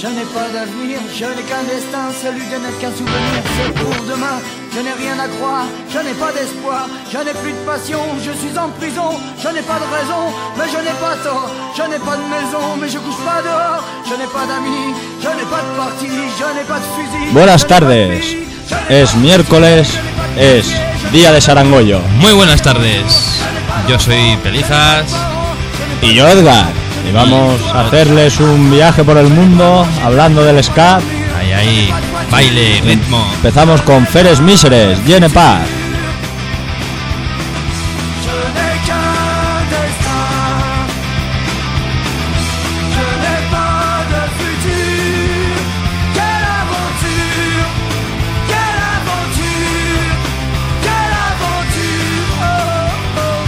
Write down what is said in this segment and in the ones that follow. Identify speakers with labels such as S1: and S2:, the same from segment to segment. S1: Je n'ai pas d'avenir, je n'ai qu'un destin, celui de n'être qu'un souvenir, c'est pour demain. Je n'ai rien à croire, je n'ai pas d'espoir, je n'ai plus de passion, je suis en prison, je n'ai pas de raison, mais je n'ai pas tort, je n'ai pas de maison, mais je couche pas dehors, je n'ai pas d'amis, je n'ai pas de parti, je n'ai pas de fusil.
S2: Buenas
S1: je n'ai pas de
S2: tardes.
S1: pays, je n'ai
S2: Es
S1: pas de
S2: miércoles,
S1: fusil, je n'ai pas de pied,
S2: es
S1: je n'ai
S2: día de Sarangollo.
S3: Muy buenas tardes. Yo soy Pelizas.
S2: Y yo Edgar. Y vamos a hacerles un viaje por el mundo hablando del ska.
S3: Ahí, ahí. Baile, ritmo.
S2: Empezamos con Feres Miseres, Jenny Paz.
S1: Je n'ai qu'un destin, je n'ai pas de futur. Quelle aventure, quelle aventure, quelle aventure. Oh, oh, oh.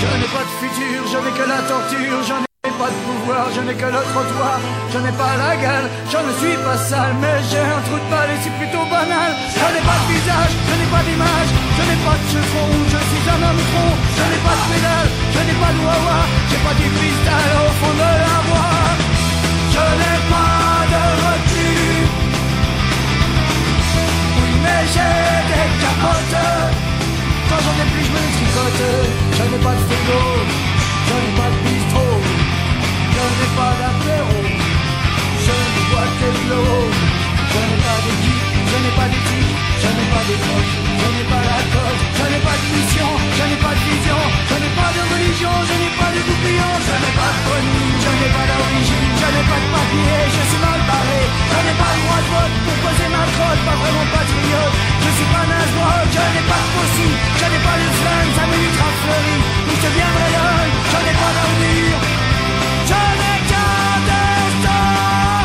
S1: Je n'ai pas de futur, je n'ai que la torture, je n'ai pas de pouvoir, je n'ai que le trottoir, je n'ai pas la gueule, je ne suis pas sale, mais j'ai un trou de balle et c'est plutôt banal. Je n'ai pas de visage, je n'ai pas d'image, je n'ai pas de chevron, je suis un homme con, je n'ai pas de pédale, je n'ai pas de wawa, j'ai pas du cristal au fond de la voie. Je n'ai pas de recul, oui mais j'ai des capotes. Quand j'en ai plus, je me les tricote. Je n'ai pas de frigo, je n'ai pas de bistrot, je n'ai pas d'apéro. Je n'ai pas de vélo, je n'ai pas d'équipe, je n'ai pas d'éthique, je n'ai pas d'époque, je n'ai pas la cote, je n'ai pas de mission, je n'ai pas de vision, je n'ai pas de religion, je n'ai pas de goupillon, je n'ai pas de chronique, je n'ai pas d'origine, je n'ai pas de papier, je suis mal barré, je n'ai pas le droit de vote pour poser ma crotte, pas vraiment patriote, je suis pas naze je n'ai pas de possible, je n'ai pas de flingue, ça me luttera fleuri, où je deviendrai l'homme, je n'ai pas d'avenir, je n'ai qu'un destin.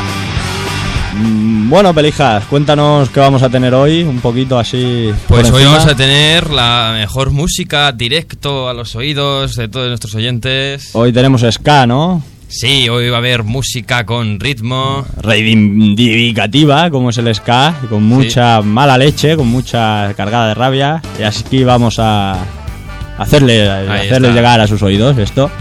S2: Mm, Bueno, Pelijas, cuéntanos qué vamos a tener hoy, un poquito así. por
S3: Pues hoy
S2: encima.
S3: vamos a tener la mejor música directo a los oídos de todos nuestros oyentes.
S2: Hoy tenemos ska, ¿no?
S3: Sí, hoy va a haber música con ritmo.
S2: reivindicativa como es el ska y con mucha mala leche con mucha cargada de rabia y así que vamos a hacerle hacerle
S3: está.
S2: llegar a sus oídos esto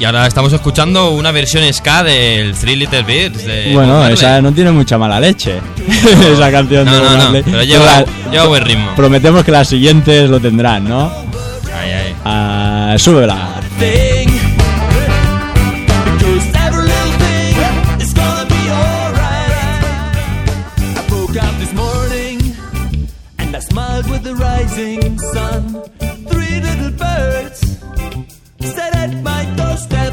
S3: Y ahora estamos escuchando una versión ska del Three Little Birds. De Bob
S2: bueno
S3: Marley.
S2: esa no tiene mucha mala leche esa canción de
S3: No,
S2: Bob
S3: no, no.
S2: Marley.
S3: Pero lleva,
S2: Pues La-
S3: lleva buen ritmo.
S2: prometemos que las siguientes lo tendrán no
S3: Ahí, ahí.
S2: Ah, súbela
S4: thing. Cause every little thing is gonna be alright. I woke up this morning and I smiled with the rising sun. Three little birds sat at my doorstep,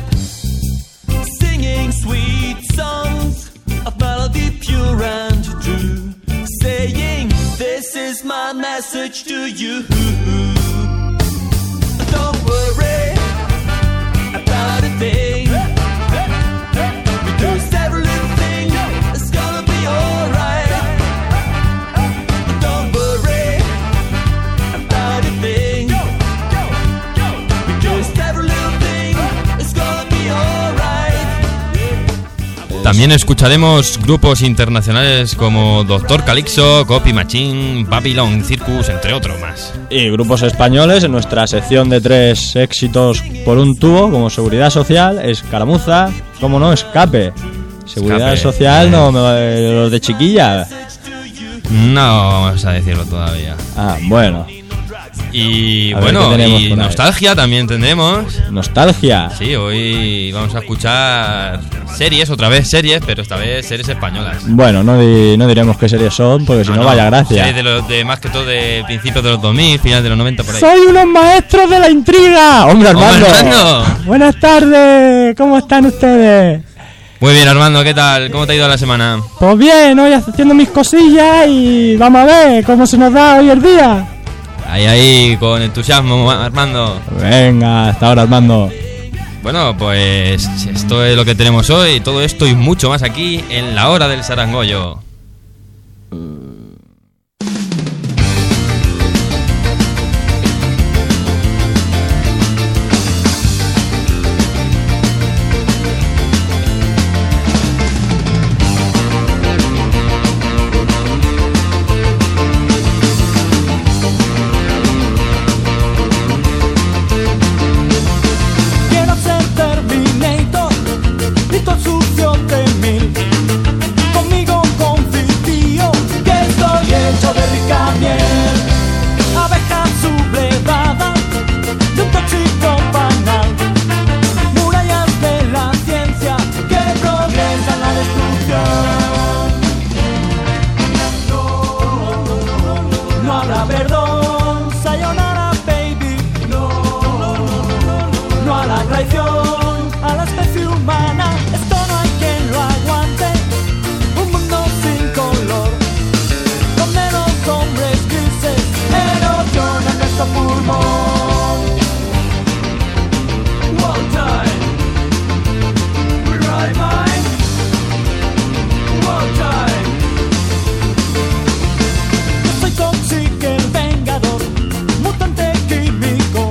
S4: singing sweet songs of melody pure and true, saying, This is my message to you. Don't worry about a thing. Because every little thing is gonna be alright. Don't worry about a thing. Because every little thing is gonna be alright.
S3: También escucharemos grupos internacionales como Doctor Calixto, Copy Machine, Babylon Circus, entre otros más.
S2: y grupos españoles en nuestra sección de tres éxitos por un tubo como seguridad social escaramuza cómo no escape seguridad
S3: Escape.
S2: social no me va- eh, los de chiquilla
S3: No vamos a decirlo todavía.
S2: ah bueno
S3: Y
S2: A ver,
S3: bueno,
S2: ¿qué tenemos
S3: y
S2: por ahí?
S3: nostalgia también tendremos.
S2: nostalgia
S3: Sí, hoy vamos a escuchar series, otra vez series, pero esta vez series españolas.
S2: bueno no, di- no diremos qué series son porque si no, vaya gracia
S3: Series de, los, de más que todo de principios de los 2000, finales de los 90 por ahí.
S2: soy unos maestros de la intriga hombre
S3: Hombre,
S2: Armando
S3: Armando.
S2: buenas tardes cómo están ustedes
S3: Muy bien, Armando, ¿qué tal? ¿Cómo te ha ido la semana?
S2: pues bien hoy haciendo mis cosillas y vamos a ver cómo se nos da hoy el día
S3: Ahí, ahí, con entusiasmo, Armando.
S2: venga hasta ahora Armando
S3: Bueno, pues esto es lo que tenemos hoy, todo esto y mucho más aquí en la hora del Sarangollo.
S4: Quiero ser Terminator y con sucio
S1: traición a la especie humana. Esto no hay quien lo aguante. Un mundo sin color, donde los hombres grises erosionan nuestro pulmón. One time, we ride mine. One time. Yo soy Toxic el vengador, mutante químico.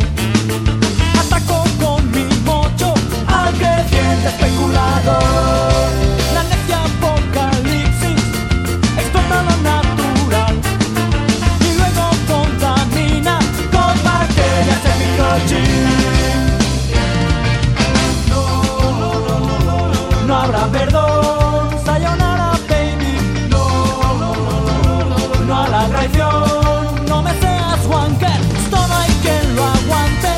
S1: Atacó con mi mocho al creciente especulador. La necia apocalipsis explota lo natural y luego contamina con bacterias el microchip. No, no, no, no, no, no, no habrá perdón. Sayonara, baby. No, no, no, no, no, no, no a la traición. No me seas wanker, esto no hay quien lo aguante.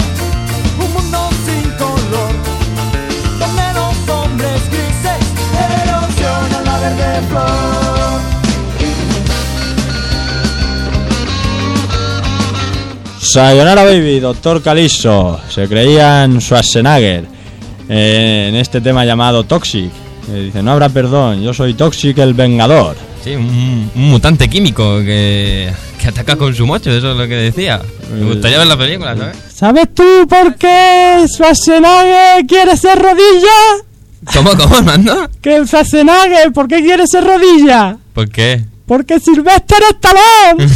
S1: Un mundo sin color, donde los hombres grises
S4: oh,
S1: erosionan la verde flor.
S2: Sayonara Baby, Doctor Calixto. Se creían Schwarzenegger eh, en este tema llamado Toxic. Eh, dice, no habrá perdón, yo soy Toxic el Vengador.
S3: Sí, un, un mutante químico que, que ataca con su mocho, eso es lo que decía. Me
S2: Eh,
S3: gustaría ver la película, ¿sabes?
S2: ¿Sabes tú por qué Schwarzenegger quiere ser rodilla?
S3: ¿Cómo, cómo, Nando?
S2: ¿Que Schwarzenegger por qué quiere ser rodilla?
S3: ¿Por qué?
S2: Porque Sylvester Stallone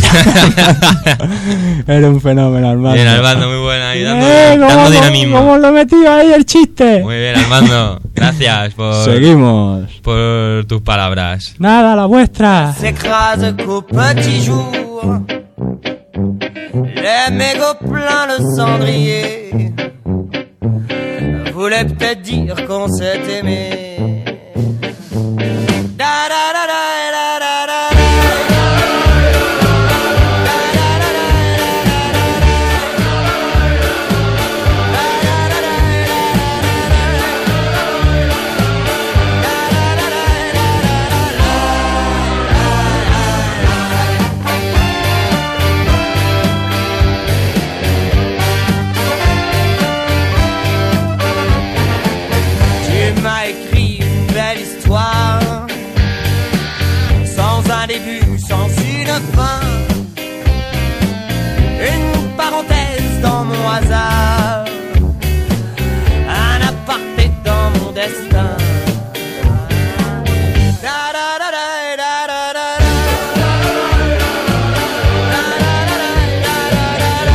S2: era un fenómeno, Armando.
S3: Bien, Armando, muy buena. Y dando,
S2: Eh, ¿cómo-
S3: dando
S2: cómo-
S3: dinamismo.
S2: cómo lo he metido ahí el chiste?
S3: Muy bien, Armando. Gracias por,
S2: Seguimos.
S3: por tus palabras.
S2: Nada, la vuestra.
S4: s'écrase qu'au petit jour. Les mégots pleins de cendrier voulaient peut-être dire qu'on s'est aimé. Da, da, da, da, da, da, da, da. Da, da, da, da, da, da, da, da. Da, da, da, da, da, da, da, da. Da, da, da, da, da, da, da, da. Tu m'as écrit une belle histoire, sans un début, sans une fin, une parenthèse dans mon hasard, un aparté dans mon destin. Da, da, da, da, da, da, da, da. Da, da, da, da, da, da, da,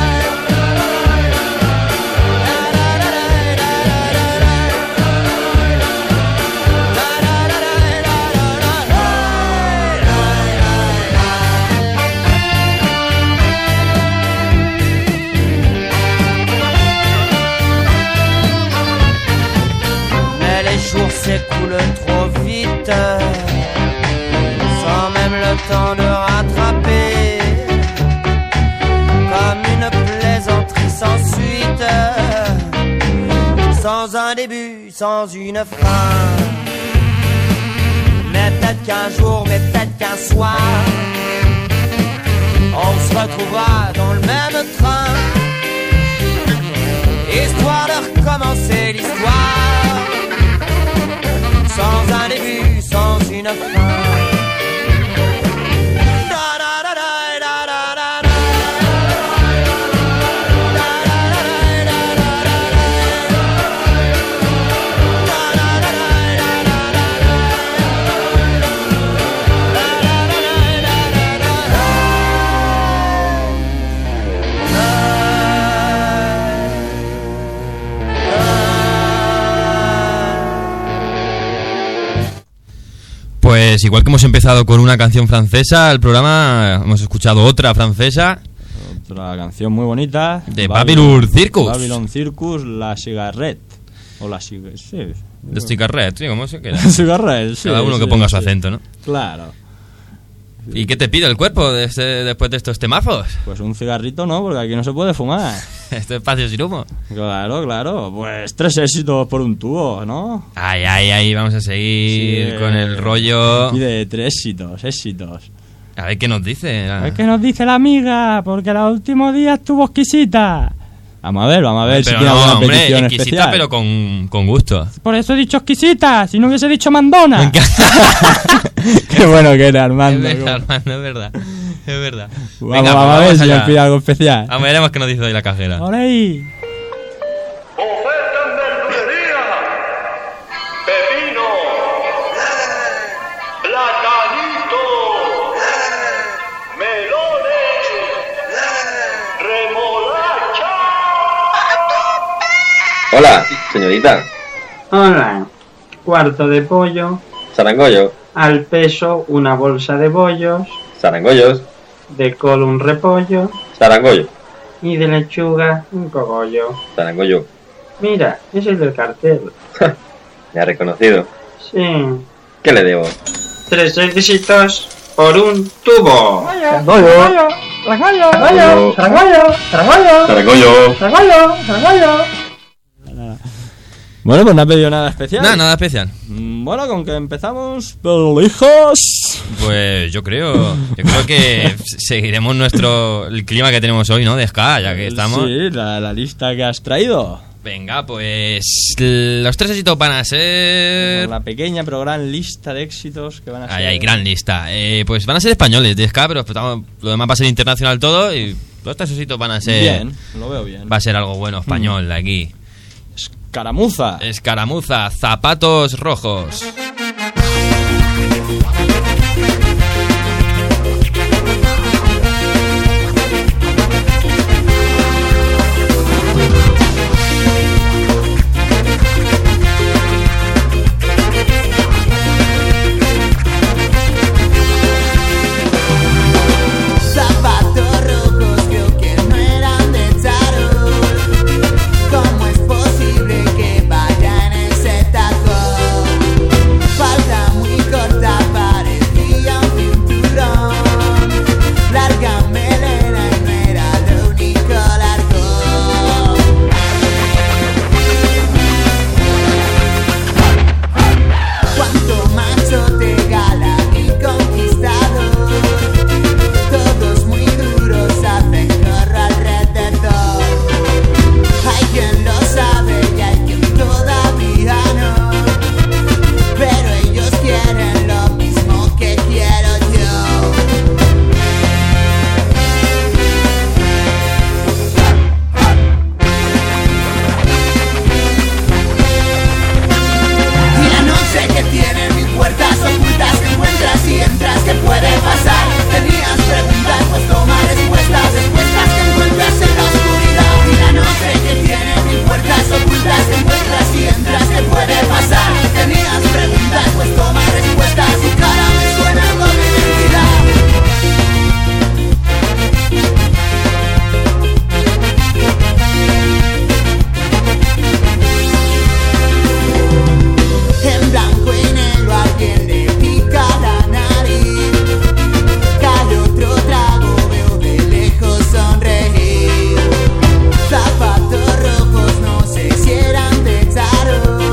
S4: da. Da, da, da, da, da, da, da, da. Mais les jours s'écoulent trop vite, sans même le temps de rattraper, comme une plaisanterie sans suite, sans un début, sans une fin. Mais peut-être qu'un jour, mais peut-être qu'un soir, on se retrouvera dans le même train. Histoire de recommencer l'histoire, sans un début, sans une fin. Da, da, da, da, da, da, da, da. Da, da, da, da, da, da, da, da. Da, da, da, da, da, da, da.
S3: Pues igual que hemos empezado con una canción francesa, el programa hemos escuchado otra francesa.
S2: Otra canción muy bonita.
S3: De Babylon Circus.
S2: Babylon Circus, La Cigarette. O La Cigarette. Sí.
S3: De Cigarrette, sí, ¿cómo se queda?
S2: La Cigarette, sí.
S3: Cada uno que
S2: sí,
S3: ponga su
S2: sí.
S3: acento, ¿no?
S2: Claro.
S3: ¿Y qué te pide el cuerpo de este- después de estos temazos?
S2: Pues un cigarrito no, porque aquí no se puede fumar.
S3: Este espacio sin humo.
S2: Claro, claro. Pues tres éxitos por un tubo, ¿no?
S3: Ay, ay, ay, vamos a seguir
S2: Sí, eh,
S3: con el rollo.
S2: Y de tres éxitos, éxitos.
S3: A
S2: Ah.
S3: ver qué nos dice.
S2: A ver qué nos dice la amiga, porque los últimos días estuvo exquisita. Vamos a ver, vamos a ver si
S3: pero
S2: tiene
S3: no,
S2: alguna
S3: hombre,
S2: petición
S3: exquisita,
S2: especial.
S3: pero con, con gusto.
S2: Por eso he dicho exquisita, si no hubiese dicho mandona.
S3: Me encanta.
S2: Qué bueno que era,
S3: Es
S2: Armando.
S3: verdad, Armando, es verdad. Es verdad.
S2: Vamos,
S3: Venga,
S2: vamos a
S3: pues
S2: ver si
S3: allá.
S2: nos pide algo especial.
S3: Vamos, veremos qué nos dice hoy la cajera.
S2: Ahora ahí.
S1: Oferta en verdulería. Pepino. Platanito. Melones. Remolacha.
S5: Hola, señorita.
S6: Hola. Cuarto de pollo,
S5: Sarangollo.
S6: al peso una bolsa de bollos,
S5: Sarangollos.
S6: de col un repollo
S5: Sarangollo.
S6: y de lechuga un cogollo.
S5: Sarangollo.
S6: Mira, es el del cartel.
S5: Me ha reconocido.
S6: Sí.
S5: ¿Qué le debo?
S6: Tres requisitos por un tubo.
S5: Sarangollo. Sarangollo. Sarangollo.
S2: Bueno, pues no ha pedido nada especial.
S3: Nada, nada especial.
S2: Mm, Bueno, con que empezamos. Hijos.
S3: Pues yo creo, yo creo que seguiremos nuestro el clima que tenemos hoy, ¿no? De ska, ya que estamos.
S2: Sí, la, la lista que has traído.
S3: Venga, pues los tres éxitos van a ser.
S2: La pequeña pero gran lista de éxitos que van a
S3: Eh. Ay,
S2: ser.
S3: ay, gran lista. Eh, pues van a ser españoles de ska, pero estamos- lo demás va a ser internacional todo y los tres éxitos van a ser.
S2: Bien, Mm. lo veo bien.
S3: Va a ser algo bueno español de aquí.
S2: Escaramuza.
S3: Escaramuza, zapatos rojos.
S7: Zapatos rojos creo que no eran de charol ¿Cómo es posible que vayan ese tacón? Falta muy corta, parecía un cinturón Larga melena y no era lo único largo Cuanto macho te gala y conquistador todos muy duros hacen correr alrededor. Hay quien lo sabe y hay quien todavía no. Pero ellos quieren lo mismo que quiero yo. Y la noche que tiene mil puertas ocultas que encuentras y entras, ¿qué puede pasar? Tenías preguntas, pues toma respuestas, respuestas que encuentras en la oscuridad. Y la noche que tiene mil puertas ocultas que encuentras y entras, ¿qué puede pasar? Tenías preguntas, pues toma respuestas, tu cara me suena con identidad. En blanco y negro a quien le pica la nariz Cada otro trago veo de lejos sonreír Zapatos rojos no se hicieran de charol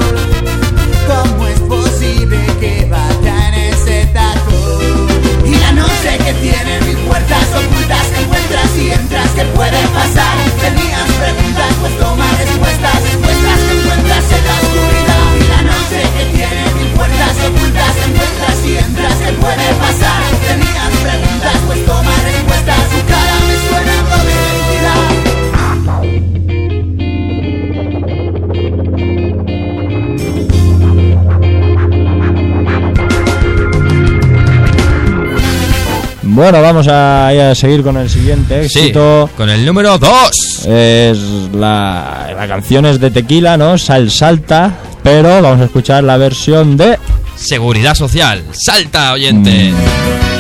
S7: ¿Cómo es posible que vaya en ese tacón? Y la noche que tiene mil puertas ocultas que encuentras y entras, ¿qué puede pasar? Tenías preguntas, pues toma respuestas, respuestas que encuentras en la oscuridad. Y la noche que tiene mil puertas ocultas que encuentras y entras, ¿qué puede pasar? Tenías preguntas, pues toma respuestas, su cara me suena con identidad.
S2: Bueno, vamos a, ir a seguir con el siguiente
S3: Sí,
S2: éxito.
S3: con el número 2.
S2: Es la, la canción es de tequila, ¿no? Sal Salta. Pero vamos a escuchar la versión de.
S3: Seguridad social. Salta, oyente.
S2: Mm.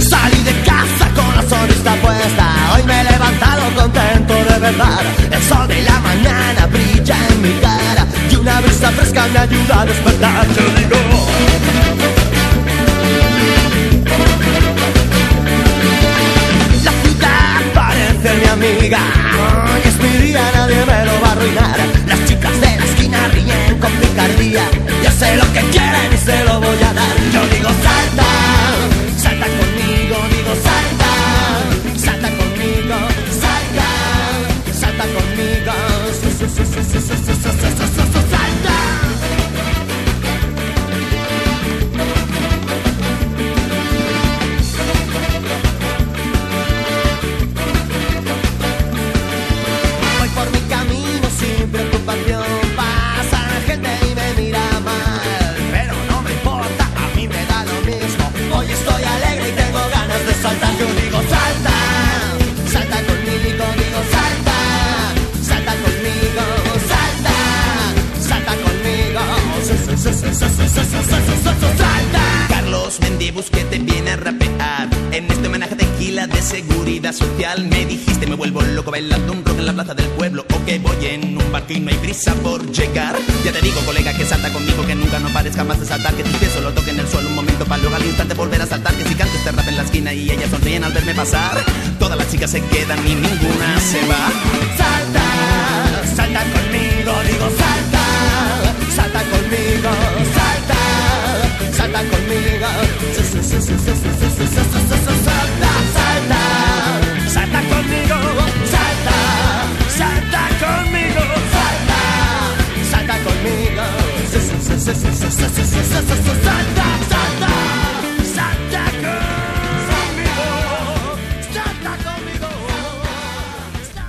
S7: Salí de casa con la sonrisa puesta, hoy me he levantado contento de verdad. El sol de la mañana brilla en mi cara y una brisa fresca me ayuda a despertar. Te digo. La ciudad parece mi amiga, hoy es mi día, nadie me lo va a arruinar. Las chicas de la esquina
S4: se lo voy a dar. Yo digo salta, salta conmigo, digo salta, salta conmigo, salta, salta conmigo, su- su- su- su- su- su- su- su- su- su- su- salta. Voy por mi camino sin preocupación. Pasa la gente y me mira mal, pero no me importa, a mí me da lo mismo. Hoy estoy alegre y tengo ganas de saltar. Yo digo salta, salta conmigo, digo salta, salta conmigo, salta, salta conmigo. Su- su- su- su- su- su- su- su- su- su- su- Salta.
S8: Carlos Mendibus que te viene a rapear En este homenaje a tequila de seguridad social Me dijiste me vuelvo loco bailando un rock en la plaza del pueblo O que voy en un barco y no hay prisa por llegar Ya te digo colega que salta conmigo que nunca no pares jamás de saltar Que tus pies solo toquen el suelo un momento para luego al instante volver a saltar Que si cantes te rap en la esquina y ellas sonríen al verme pasar Todas las chicas se quedan y ninguna se va
S4: Salta, salta conmigo, digo salta, salta conmigo, salta, salta conmigo, su- su- su- su- su- su- su- su- su- su- su- su- salta, salta, salta conmigo, salta, salta conmigo, salta, salta conmigo, su- su- su- su- su- su- su- su- su- su- su- su- salta, salta, salta conmigo, salta conmigo.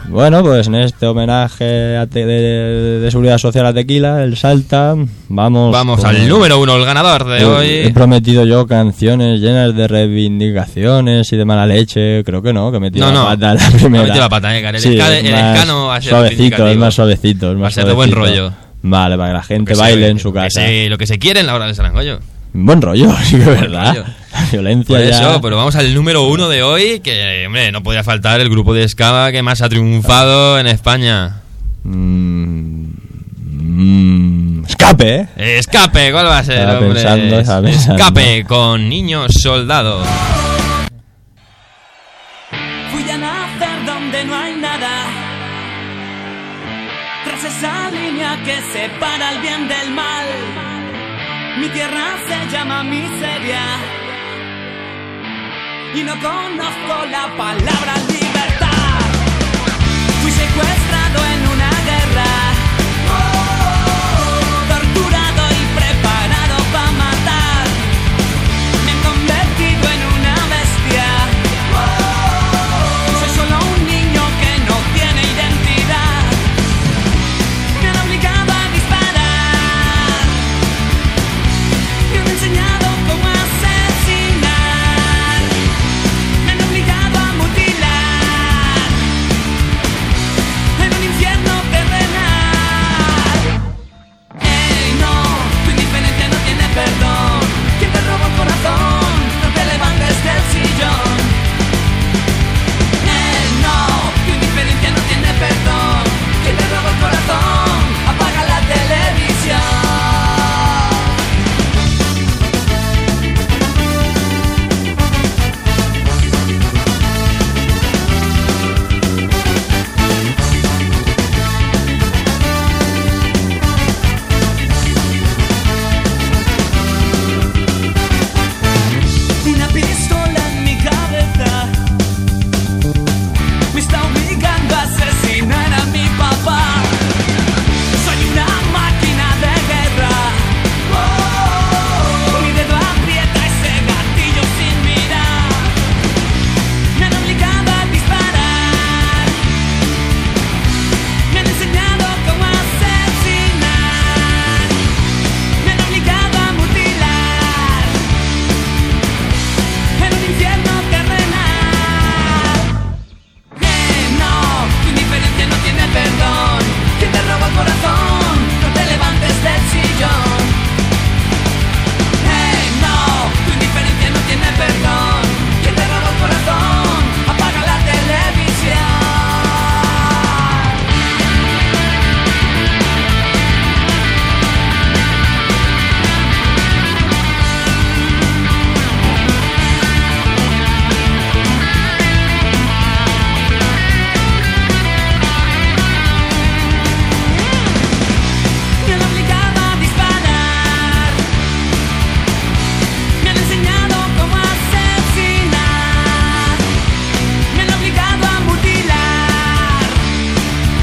S2: Bueno, pues en este homenaje a te- de, de seguridad social a Tequila, el Salta, vamos.
S3: Vamos
S2: con-
S3: al número uno, el ganador de
S2: He, he
S3: hoy.
S2: prometido yo canciones llenas de reivindicaciones y de mala leche. Creo que no, que he metido
S3: No,
S2: la
S3: no.
S2: pata en la primera.
S3: Ha metido la pata, eh, Gary. El esca-
S2: es
S3: el
S2: más
S3: escano va a ser
S2: suavecito, es
S3: reivindicativo.
S2: más suavecito. Es más
S3: Va a ser de buen
S2: suavecito.
S3: rollo.
S2: Vale, para que la gente
S3: Que se-
S2: baile en su
S3: que
S2: casa.
S3: se- lo que se quiere en la hora del Sarangoyo.
S2: Buen rollo, sí que es
S3: Buen
S2: verdad.
S3: rollo.
S2: La violencia
S3: Por
S2: ya.
S3: eso, pues pero vamos al número uno de hoy, que, hombre, no podía faltar el grupo de Escava que más ha triunfado en España.
S2: Mm, mm, escape, ¿eh?
S3: Escape, ¿cuál va a ser,
S2: Estaba
S3: hombre?
S2: pensando, estaba pensando.
S3: Escape con niños soldados.
S1: Fui a nacer donde no hay nada. Tras esa línea que separa el bien del mal, mi tierra se llama miseria. Y no conozco la palabra libertad. Fui secuestrado en una guerra. Torturado y preparado para matar. Me he convertido en una bestia. Soy solo un niño que no tiene identidad. Me han obligado a disparar. Me han enseñado cómo asesinar. Me han obligado a mutilar. En un Oh, e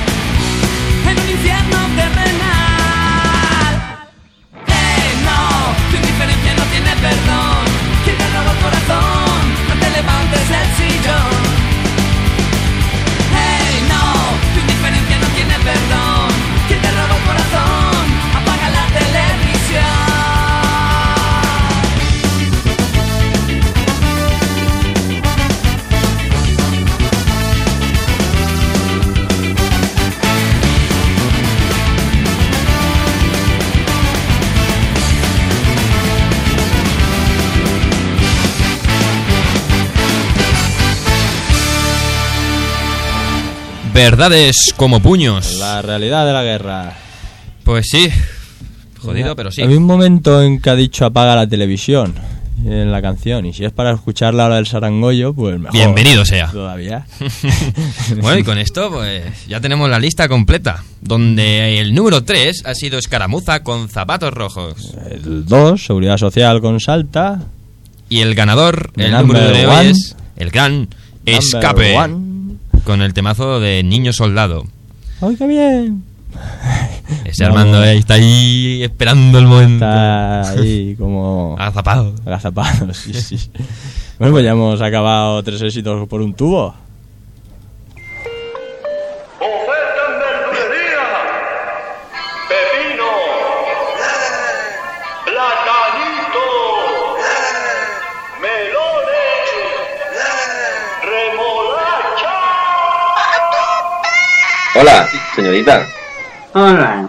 S9: Eh,
S3: Verdades como puños.
S2: La realidad de la guerra.
S3: Pues sí. Jodido, pero sí.
S2: Había un momento en que ha dicho apaga la televisión en la canción. Y si es para escucharla ahora del sarangollo, pues mejor.
S3: Bienvenido sea.
S2: Todavía.
S3: Bueno, y con esto, pues ya tenemos la lista completa. Donde el número 3 ha sido Escaramuza con zapatos rojos.
S2: El 2, Seguridad Social con Salta.
S3: Y el ganador, el
S2: Number
S3: número de hoy
S2: one.
S3: es el gran Escape.
S2: Number one.
S3: Con el temazo de Niño Soldado.
S2: ¡Ay, qué bien!
S3: Ese
S2: Vamos.
S3: Armando eh, está ahí esperando el momento.
S2: Está ahí como
S3: Agazapado.
S2: agazapado. Sí, sí. Bueno, pues ya hemos acabado tres éxitos por un tubo.
S10: Oferta en verdulería. Pepino. Platanito. Melones. Remolacha.
S11: Hola, señorita.
S6: Hola.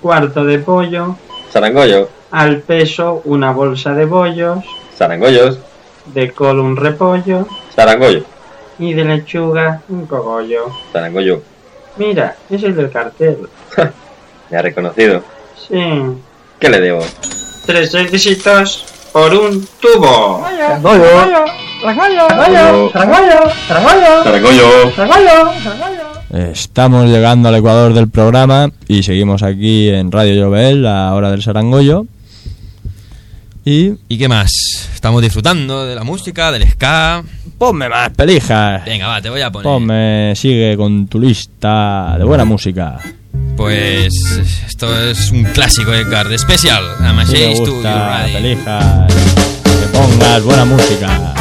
S6: Cuarto de pollo.
S11: Sarangollo.
S6: Al peso una bolsa de bollos.
S11: Sarangollos.
S6: De col un repollo.
S11: Sarangollo.
S6: Y de lechuga un cogollo.
S11: Sarangollo.
S6: Mira, es el del cartel.
S11: Me ha reconocido.
S6: Sí.
S11: ¿Qué le debo?
S6: Tres éxitos por un tubo.
S11: Sarangollo.
S2: Estamos llegando al ecuador del programa y seguimos aquí en Radio Jovel, la hora del sarangollo. Y
S3: ¿Y qué más? Estamos disfrutando de la música, del ska.
S2: ponme más pelijas.
S3: Venga, va, te voy a poner.
S2: Ponme, sigue con tu lista de buena música.
S3: Pues esto es un clásico de Card Special.
S2: Si te
S3: Amashéis to your
S2: gusta
S3: right.
S2: pelijas, que pongas buena música.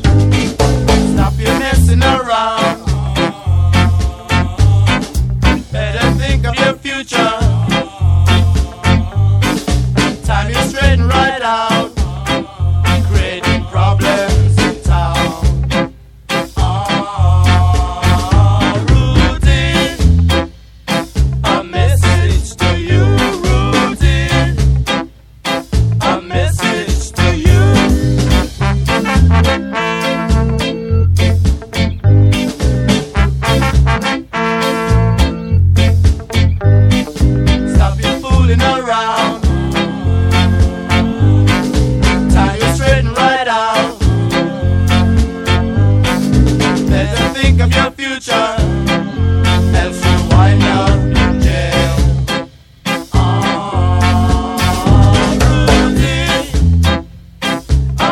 S1: Stop your messing around. Better think of your future. Time you straighten right out. Creating problems in town. Ah, Rudy, a message to you, Rudy. A message to you. Stop your fooling around. Tie you straight and right out. Better think of your future. Else you wind up in jail. Ah, Rudy,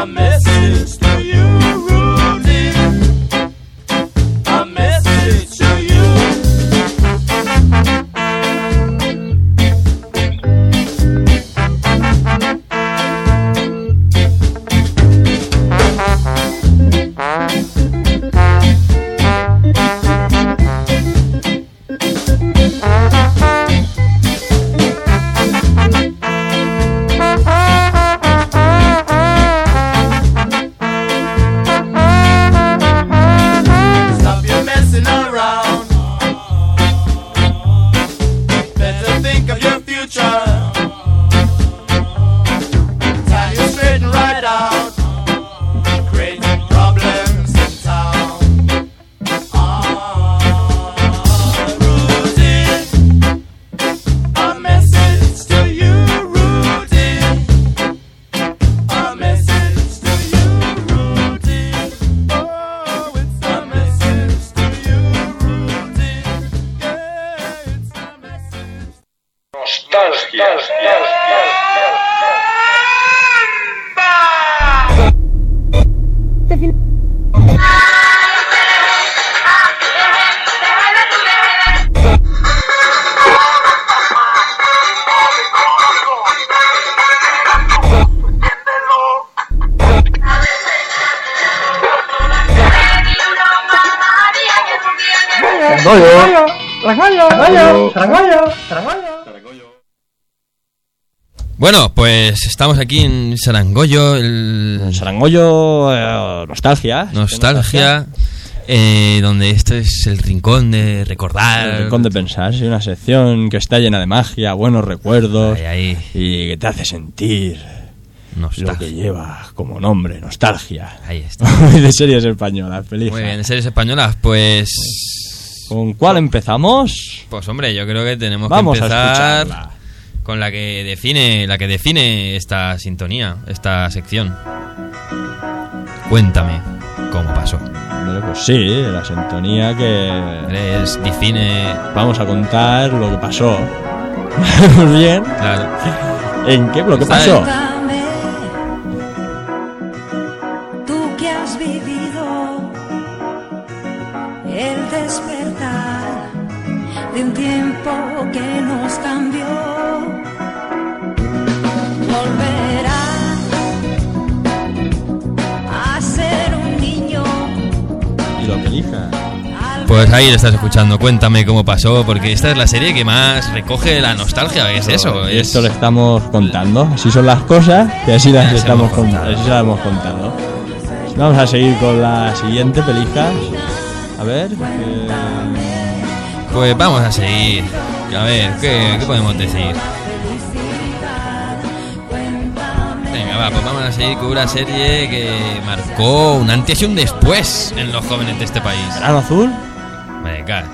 S1: a message to you, Rudy. A message to you. Stop your messing around. Better think of your future. Time you straighten right out. Creating problems in town. Ah, Rudy, a message to you, Rudy. A message to you, Rudy. Oh, it's a message to you, Rudy. Yeah, it's a message.
S3: Bueno, pues estamos aquí en Sarangollo, el
S2: El sarangollo, eh, nostalgia.
S3: Nostalgia, eh, donde este es el rincón de recordar.
S2: El rincón de pensar, sí, una sección que está llena de magia, buenos recuerdos
S3: Ahí, ahí.
S2: y que te hace sentir
S3: Nostalgia.
S2: Lo que lleva como nombre, Nostalgia.
S3: Ahí está.
S2: de series españolas, feliz.
S3: Muy bien, series españolas, pues.
S2: ¿Con cuál empezamos?
S3: Pues hombre, yo creo que tenemos
S2: Vamos
S3: que
S2: a
S3: empezar
S2: escucharla.
S3: con la que define, la que define esta sintonía, esta sección. Cuéntame cómo pasó.
S2: Hombre, pues sí, la sintonía que...
S3: Es, define.
S2: Vamos a contar lo que pasó. Muy bien.
S3: Claro.
S2: ¿En qué bloque
S3: Está
S2: pasó?
S9: Cuéntame, tú que has vivido el despertar de un tiempo que nos cambió. Volverá a ser un niño
S2: Y lo que elija.
S9: al
S3: Pues ahí lo estás escuchando. Cuéntame cómo pasó, porque esta es la serie que más recoge la nostalgia. ¿Qué es eso?
S2: Y
S3: Es,
S2: esto lo estamos contando. Así son las cosas y así las
S3: Las
S2: estamos
S3: hemos contado.
S2: contando. Así se las hemos contado. Vamos a seguir con la siguiente pelija. A ver. eh,
S3: Pues vamos a seguir. A ver, ¿qué, qué podemos decir? Venga, va, pues vamos a seguir con una serie que marcó un antes y un después en los jóvenes de este país.
S2: ¿Verano azul?
S3: Venga.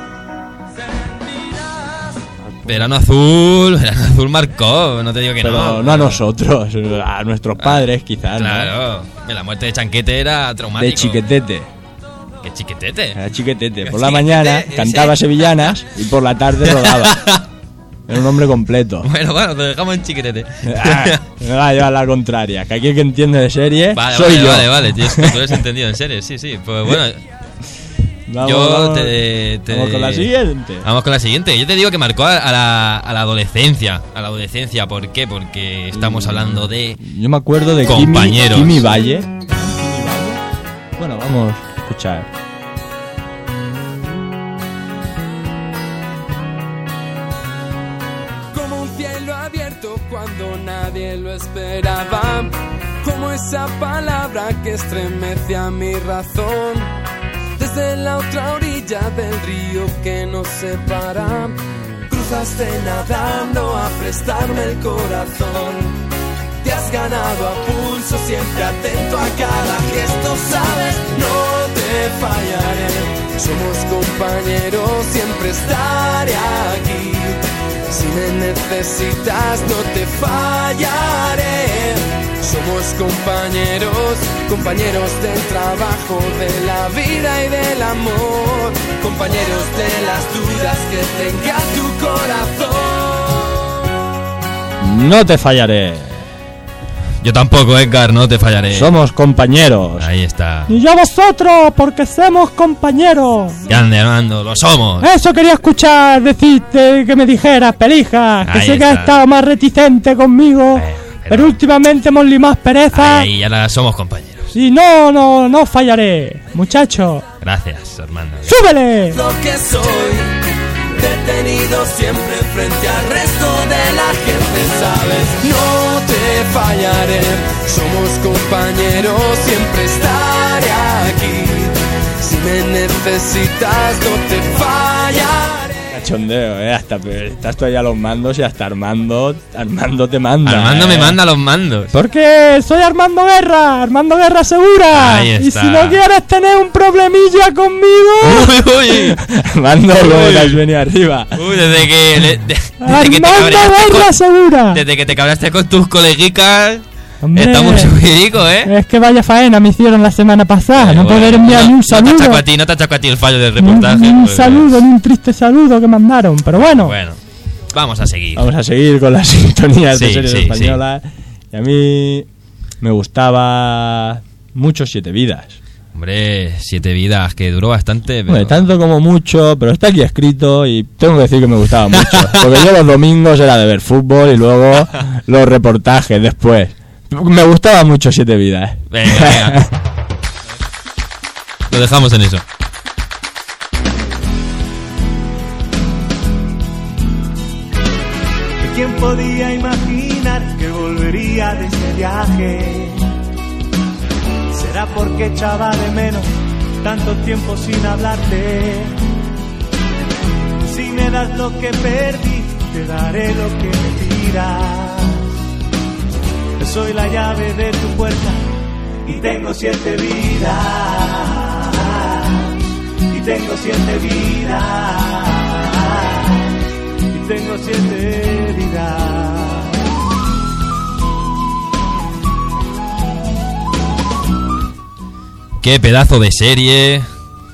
S3: Verano azul, verano azul marcó, no te digo que
S2: Pero
S3: no.
S2: no a nosotros, a nuestros padres quizás. Ah, ¿no?
S3: Claro, que la muerte de Chanquete era traumático.
S2: De chiquetete.
S3: Que chiquetete.
S2: Era chiquetete.
S3: Era
S2: Por la
S3: chiquetete,
S2: mañana
S3: ese.
S2: cantaba sevillanas y por la tarde rodaba. Era un hombre completo.
S3: Bueno, bueno, te dejamos en chiquetete.
S2: Ah, me va a llevar la contraria. Que aquí el que entiende de serie
S3: Vale,
S2: soy
S3: vale,
S2: yo.
S3: vale, vale, tío, es que tú lo has entendido en serio, sí, sí. Pues bueno,
S2: Vamos,
S3: Yo
S2: vamos.
S3: te, te- Ah.
S2: Vamos con la siguiente.
S3: Vamos con la siguiente. Yo te digo que marcó a, a la, a la adolescencia. A la adolescencia, ¿por qué? Porque estamos hablando de.
S2: Yo me acuerdo de Kimi,
S3: Compañeros.
S2: Kimi Valle. Bueno, vamos a escuchar.
S12: Como un cielo abierto cuando nadie lo esperaba. Como esa palabra que estremece a mi razón. Desde la otra orilla del río que nos separa. Cruzaste nadando a prestarme el corazón. Te has ganado a pulso, siempre atento a cada gesto, sabes, no te fallaré. Somos compañeros, siempre estaré aquí. Si me necesitas, no te fallaré. Somos compañeros, compañeros del trabajo, de la vida y del amor. Compañeros de las dudas que tenga tu corazón.
S2: No te fallaré.
S3: Yo tampoco, Edgar, no te fallaré.
S2: Somos compañeros.
S3: Ahí está.
S2: Y yo a vosotros, porque somos compañeros.
S3: Grande, Armando, lo somos.
S2: Eso quería escuchar, decirte que me dijeras, pelija. Que
S3: Ahí
S2: sé que has
S3: está.
S2: estado más reticente conmigo.
S3: Eh, pero-
S2: pero... últimamente hemos limado pereza.
S3: Ahí, ahora somos compañeros.
S2: Y no, no, no fallaré. Muchacho,
S3: Gracias, Armando.
S2: ¡súbele!
S12: lo que soy. Detenido siempre frente al resto de la gente, sabes, no te fallaré. Somos compañeros, siempre estaré aquí. Si me necesitas, no te fallaré.
S2: Cachondeo, eh. Hasta, estás tú allá a los mandos y hasta Armando, Armando te manda.
S3: Armando me
S2: eh.
S3: manda los mandos.
S2: Porque soy Armando Guerra, Armando Guerra Segura.
S3: Ahí
S2: Y
S3: está.
S2: si no quieres tener un problemilla conmigo.
S3: Uy, uy.
S2: Armando, ¿cómo te has venido arriba?
S3: Uy, desde que. le- de- desde que te
S2: Armando
S3: cabreaste
S2: Guerra
S3: con,
S2: Segura.
S3: desde que te cabreaste con tus coleguicas.
S2: Hombre.
S3: Estamos subidicos, ¿eh?
S2: Es que vaya faena me hicieron la semana
S3: Eh,
S2: pasada. ah, no
S3: bueno,
S2: poder enviar ni un
S3: No te
S2: saludo.
S3: achaco a ti, no te achaco a ti el fallo del
S2: ni un,
S3: reportaje.
S2: ni un
S3: pues,
S2: saludo, ni un triste saludo que mandaron. Pero bueno.
S3: Bueno, vamos a seguir.
S2: Vamos a seguir con las sintonías de
S3: Sí,
S2: series
S3: sí,
S2: españolas. Y a mí me gustaba mucho Siete Vidas.
S3: Hombre, siete vidas, que duró bastante. Pero...
S2: Bueno, tanto como mucho, pero está aquí escrito y tengo que decir que me gustaba mucho. Porque yo los domingos era de ver fútbol y luego los reportajes después. Me gustaba mucho Siete Vidas.
S3: Venga, venga. Lo dejamos en eso.
S13: ¿Quién podía imaginar que volvería de ese viaje? Será porque echaba de menos tanto tiempo sin hablarte. Si me das lo que perdí, te daré lo que me pidas. soy la llave de tu puerta y tengo siete vidas. Y tengo siete vidas. Y tengo siete vidas.
S3: Qué pedazo de serie.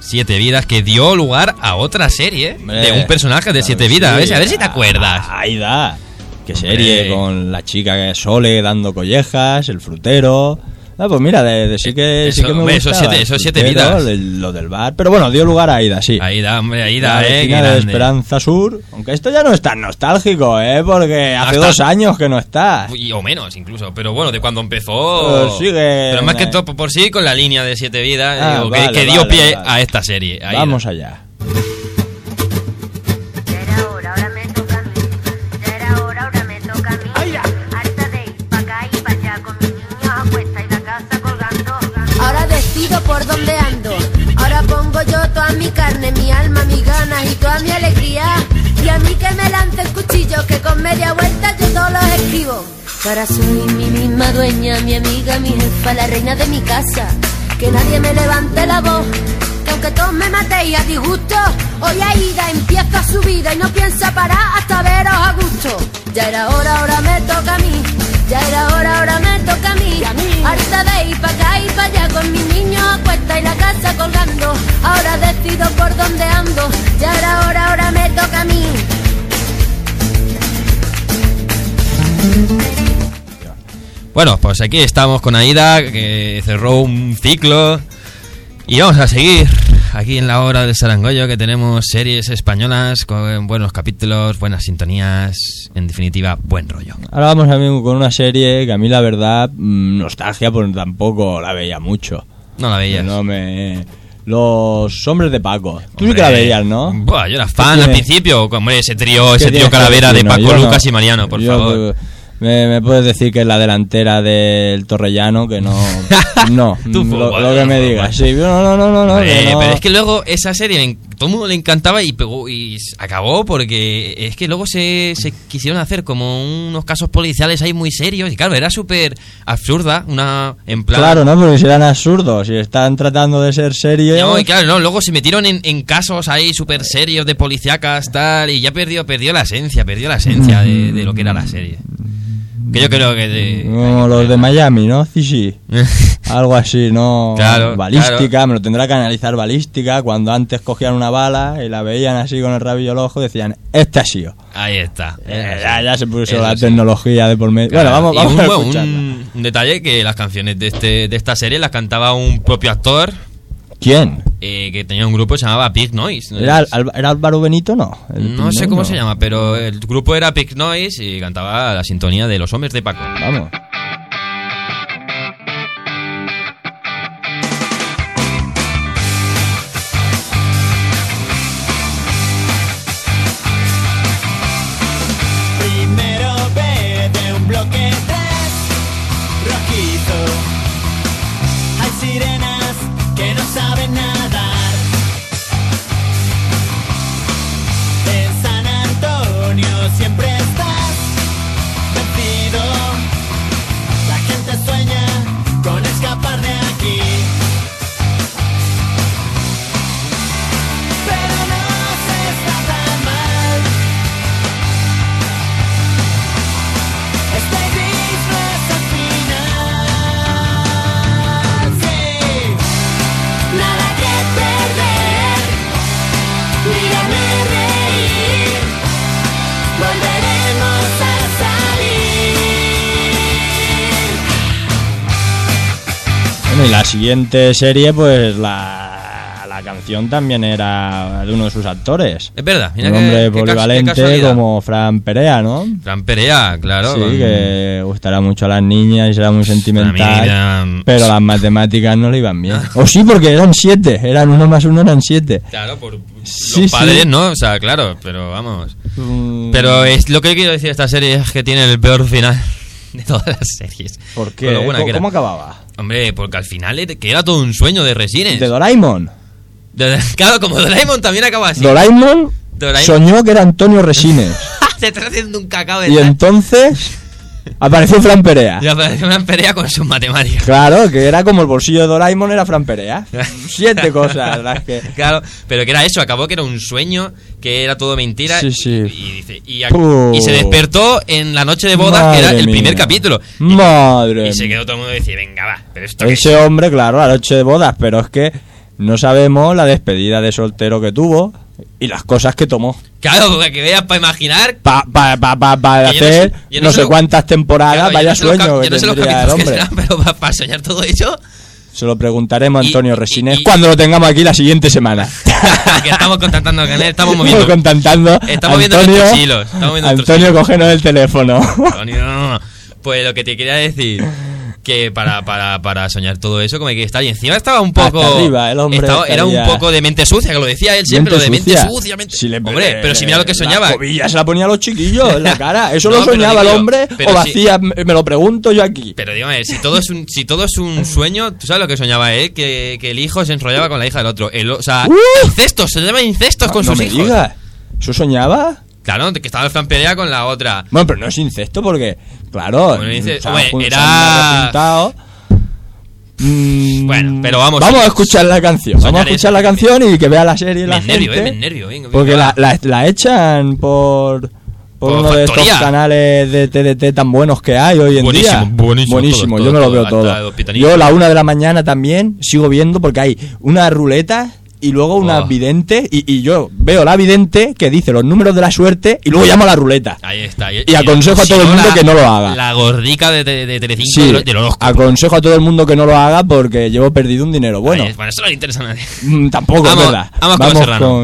S3: Siete vidas que dio lugar a otra serie de un personaje de siete vidas. A ver, si- a ver si te acuerdas.
S2: Ah, Ahí da. Qué serie,
S3: Hombre.
S2: con la chica que Sole dando collejas, el frutero. Ah, pues mira, de, de sí que, sí
S3: Eso,
S2: que me
S3: hombre, esos
S2: gustaba,
S3: siete-
S2: el
S3: esos siete
S2: frutero,
S3: vidas.
S2: del- lo del bar. Pero bueno, dio lugar a Aida, sí.
S3: Aida, hombre, Aida,
S2: La
S3: eh,
S2: vecina
S3: qué
S2: de
S3: grande.
S2: Esperanza Sur. Aunque esto ya no es tan nostálgico, ¿eh? Porque hace
S3: está.
S2: dos años que no está.
S3: Y- o menos incluso, pero bueno, de cuando empezó.
S2: Pero Pues sigue.
S3: Pero más que todo por sí con la línea de siete vidas
S2: Ah,
S3: digo, que-
S2: vale,
S3: que, dio
S2: vale,
S3: pie
S2: vale.
S3: a esta serie. Aida.
S2: Vamos allá.
S14: Ahora decido por dónde ando. Ahora pongo yo toda mi carne, mi alma, mis ganas y toda mi alegría. Y a mí que me lance el cuchillo, que con media vuelta yo todos los esquivo. Que Ahora soy mi misma dueña, mi amiga, mi jefa, la reina de mi casa. Que nadie me levante la voz, que aunque todos me matéis a disgusto, hoy Aida empieza su vida y no piensa parar hasta veros a gusto. Ya era hora, ahora me toca a mí. Ya era hora, ahora me toca a mí. Harta de ir para acá y para allá con mi niño a cuesta y la casa colgando. Ahora decido por dónde ando. Ya era hora, ahora me toca a mí.
S3: Bueno, pues aquí estamos con Aida, que cerró un ciclo. Y vamos a seguir aquí en la hora del Sarangollo, que tenemos series españolas con buenos capítulos, buenas sintonías, en definitiva, buen rollo.
S2: Ahora vamos a mí con una serie que a mí la verdad, mm, nostalgia, pues tampoco la veía mucho.
S3: No la veías.
S2: No me... Los hombres de Paco. Tú sí que la
S3: Hombre,
S2: veías, ¿no?
S3: Buah, yo era
S2: ¿Qué
S3: fan al
S2: tiene-
S3: principio, hombre, ese trío,
S2: qué
S3: ese
S2: tienes
S3: trío
S2: que
S3: calavera de
S2: decirnos?
S3: Paco,
S2: Yo no.
S3: Lucas y Mariano, por
S2: Yo,
S3: favor.
S2: eh, Me, me puedes decir que es la delantera del Torrellano, que no. No,
S3: Tú,
S2: mm, lo,
S3: fútbol,
S2: lo que me
S3: fútbol.
S2: digas. Sí, yo no, no, no, no. no,
S3: Hombre,
S2: que no.
S3: Eh, Pero es que luego esa serie le en- todo el mundo le encantaba y pegó y s- acabó porque es que luego se, se quisieron hacer como unos casos policiales ahí muy serios y claro, era súper absurda, una en plan...
S2: Claro, ¿no? Porque serán absurdos. Si están tratando de ser serios.
S3: No, y claro, no, luego se metieron en, en casos ahí súper serios de policíacas, tal, y ya perdió, perdió la esencia, perdió la esencia de, de lo que era la serie. Que yo creo que de-
S2: Como los de Miami, ¿no? Sí, sí. Algo así, ¿no?
S3: Claro,
S2: Balística,
S3: claro.
S2: me lo tendrá que analizar balística. Cuando antes cogían una bala y la veían así con el rabillo al ojo, decían, este ha sido.
S3: Ahí está.
S2: Eh, Ya, ya se puso
S3: Eso
S2: la
S3: sí.
S2: tecnología de por medio.
S3: Claro,
S2: Bueno, vamos,
S3: y
S2: vamos
S3: un,
S2: a
S3: bueno,
S2: escucharla.
S3: un- un detalle que las canciones de, este, de esta serie las cantaba un propio actor
S2: ¿Quién?
S3: eh, que tenía un grupo que se llamaba Pig Noise.
S2: ¿Era, Al- era Álvaro Benito? No. El
S3: Eh, no sé
S2: primero.
S3: cómo se llama, pero el grupo era Pig Noise y cantaba la sintonía de Los Hombres de Paco.
S2: Vamos.
S1: Primero B de un bloque 3 rojizo. Hay sirenas que no saben nadar. En San Antonio siempre estás vencido. La gente sueña con escapar de aquí. Pero no se está tan mal. Este gris no es el final, sí. Nada que perder, mírame reír. Volveremos a salir.
S2: Bueno, y la siguiente serie, pues la, la canción también era de uno de sus actores.
S3: Es verdad, mira
S2: Un
S3: qué-
S2: hombre
S3: qué cas- qué
S2: polivalente
S3: casualidad.
S2: como Fran Perea, ¿no?
S3: Fran Perea, claro.
S2: sí,
S3: con-
S2: que gustará mucho a las niñas y será muy sentimental.
S3: A mí era-
S2: Pero las matemáticas no le iban
S3: Ah.
S2: bien. O sí, porque eran siete. Eran uno más uno, eran siete.
S3: Claro, por los
S2: Sí,
S3: padres,
S2: sí.
S3: ¿no? O sea, claro, pero vamos. Pero eh, es lo que quiero decir de esta serie es que tiene el peor final de todas las series. ¿Por
S2: qué? ¿Cómo- cómo acababa?
S3: Hombre, porque al final era, que era todo un sueño de resines.
S2: De Doraemon.
S3: De- claro, como Doraemon también acaba así.
S2: Doraemon
S3: Doraemon.
S2: soñó que era Antonio Resines.
S3: Se está haciendo un cacao de
S2: y entonces Apareció Fran Perea.
S3: Y apareció una perea con sus matemáticas.
S2: Claro, que era como el bolsillo de Doraemon era Fran Perea. Siete cosas las que...
S3: Claro, pero que era eso, acabó que era un sueño, que era todo mentira.
S2: Sí, sí.
S3: Y, dice- y a-
S2: Puh.
S3: y se despertó en la noche de bodas, que era
S2: Madre
S3: el primer
S2: mía.
S3: capítulo.
S2: Madre
S3: Y se
S2: mía.
S3: quedó todo el mundo y decía, venga, va, pero esto qué es?".
S2: Ese hombre, claro, la noche de bodas, pero es que no sabemos la despedida de soltero que tuvo y las cosas que tomó.
S3: Claro, para que veas, para imaginar.
S2: Para pa, pa, pa- para
S3: Que yo no sé-
S2: hacer
S3: yo
S2: no,
S3: no sé
S2: sé
S3: lo-
S2: cuántas temporadas,
S3: Claro, yo
S2: vaya
S3: no sé los
S2: sueño
S3: cap-
S2: que
S3: yo no sé los
S2: tendría el
S3: capítulos que
S2: hombre.
S3: serán, pero para, soñar todo eso,
S2: Se lo preguntaremos a Antonio Resines cuando lo tengamos aquí la siguiente semana.
S3: que estamos contactando con él, estamos
S2: Estamos
S3: moviendo.
S2: contactando.
S3: Estamos viendo
S2: Antonio,
S3: nuestros hilos, estamos viendo nuestros
S2: Antonio, cógenos el teléfono.
S3: Antonio, pues lo que te quería decir que para, para, para soñar todo eso como hay que estar y encima estaba un poco
S2: Hasta arriba, el hombre
S3: estaba- era un
S2: estaría-
S3: poco de mente sucia que lo decía él siempre lo de mente sucia mente-
S2: Si le-
S3: hombre pero si mira lo que
S2: la
S3: soñaba
S2: cobilla se la ponía a los chiquillos en la cara. Eso
S3: No,
S2: lo
S3: pero
S2: soñaba
S3: digo,
S2: el hombre
S3: pero
S2: o lo
S3: si-
S2: hacía, me me lo pregunto yo aquí.
S3: pero dígame si todo es un si todo es un sueño tú sabes lo que soñaba él que, que el hijo se enrollaba con la hija del otro El- o sea incestos se llama incestos con
S2: ¡Uh! no
S3: sus
S2: me
S3: hijos
S2: digas. ¿Eso soñaba?
S3: claro que estaba el Fran Perea con la otra
S2: Bueno, pero no es incesto porque, claro,
S3: Bueno, dice-
S2: se han
S3: hombre,
S2: jun- se
S3: era-
S2: han rejuntado. Mm,
S3: bueno pero vamos
S2: Vamos a escuchar la canción. Vamos a
S3: Soñaré.
S2: escuchar la canción y que vea la serie la
S3: me nervio eh,
S2: gente.
S3: me nervio venga, venga,
S2: Porque
S3: va.
S2: la, la- la echan por, por
S3: Por
S2: uno de
S3: factoría.
S2: estos canales de TDT tan buenos que hay hoy en
S3: Buenísimo,
S2: día.
S3: buenísimo,
S2: Buenísimo,
S3: todo,
S2: yo
S3: todo,
S2: me lo veo
S3: todo, hasta los
S2: todo.
S3: pitonisos.
S2: Yo a la una de la mañana también sigo viendo porque hay una ruleta y luego una
S3: Oh.
S2: vidente y, y yo veo la vidente que dice los números de la suerte y luego llamo a la ruleta.
S3: Ahí está.
S2: Y aconsejo a todo el mundo que no lo haga.
S3: La gordica de, de, de Telecinco
S2: Sí, Ah,
S3: de lo- del horóscopo.
S2: aconsejo a todo el mundo que no lo haga porque llevo perdido un dinero. Bueno,
S3: Ahí, bueno, pues, eso no le interesa a nadie.
S2: mm, tampoco
S3: Vamos-
S2: es verdad.
S3: vamos con Serrano.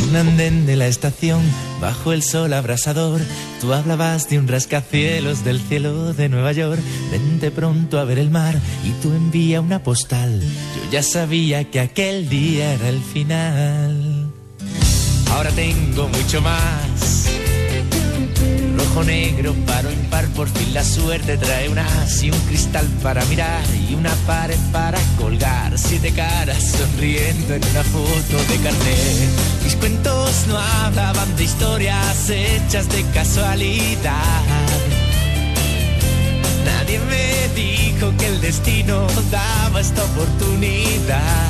S15: un andén de la estación, bajo el sol abrasador, tú hablabas de un rascacielos del cielo de Nueva York. Vente pronto a ver el mar y tú envía una postal. Yo ya sabía que aquel día era el final. Ahora tengo mucho más. Rojo, negro, paro impar, por fin la suerte trae una as y un cristal para mirar y una pared para colgar. Siete caras sonriendo en una foto de carnet. Mis cuentos no hablaban de historias hechas de casualidad. Nadie me dijo que el destino daba esta oportunidad.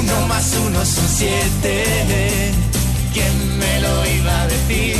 S15: Uno más uno son siete. ¿Quién me lo iba a decir?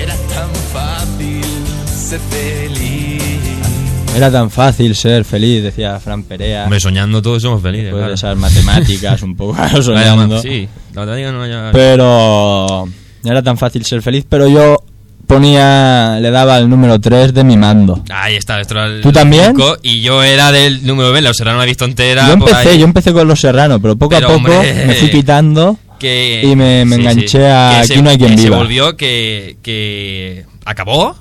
S15: Era tan fácil ser feliz.
S2: Era tan fácil ser feliz, decía Fran Perea.
S3: Hombre, soñando todos somos felices.
S2: Después
S3: claro.
S2: de esas matemáticas, un poco
S3: Vaya,
S2: soñando.
S3: ma- Sí, la matemática no vaya-
S2: Pero no era tan fácil ser feliz, pero yo ponía, le daba el número 3 de mi mando.
S3: Ahí está, esto era el-
S2: ¿Tú también?
S3: cinco, Y yo era del número B, la observaron la visto entera.
S2: yo
S3: por
S2: empecé,
S3: ahí.
S2: yo empecé con los serranos, pero poco
S3: Pero,
S2: a poco
S3: hombre, eh,
S2: me fui quitando
S3: que,
S2: y me, me
S3: sí,
S2: enganché
S3: sí.
S2: a
S3: Que se-
S2: Aquí no hay quien
S3: que Se
S2: viva.
S3: volvió que, que acabó,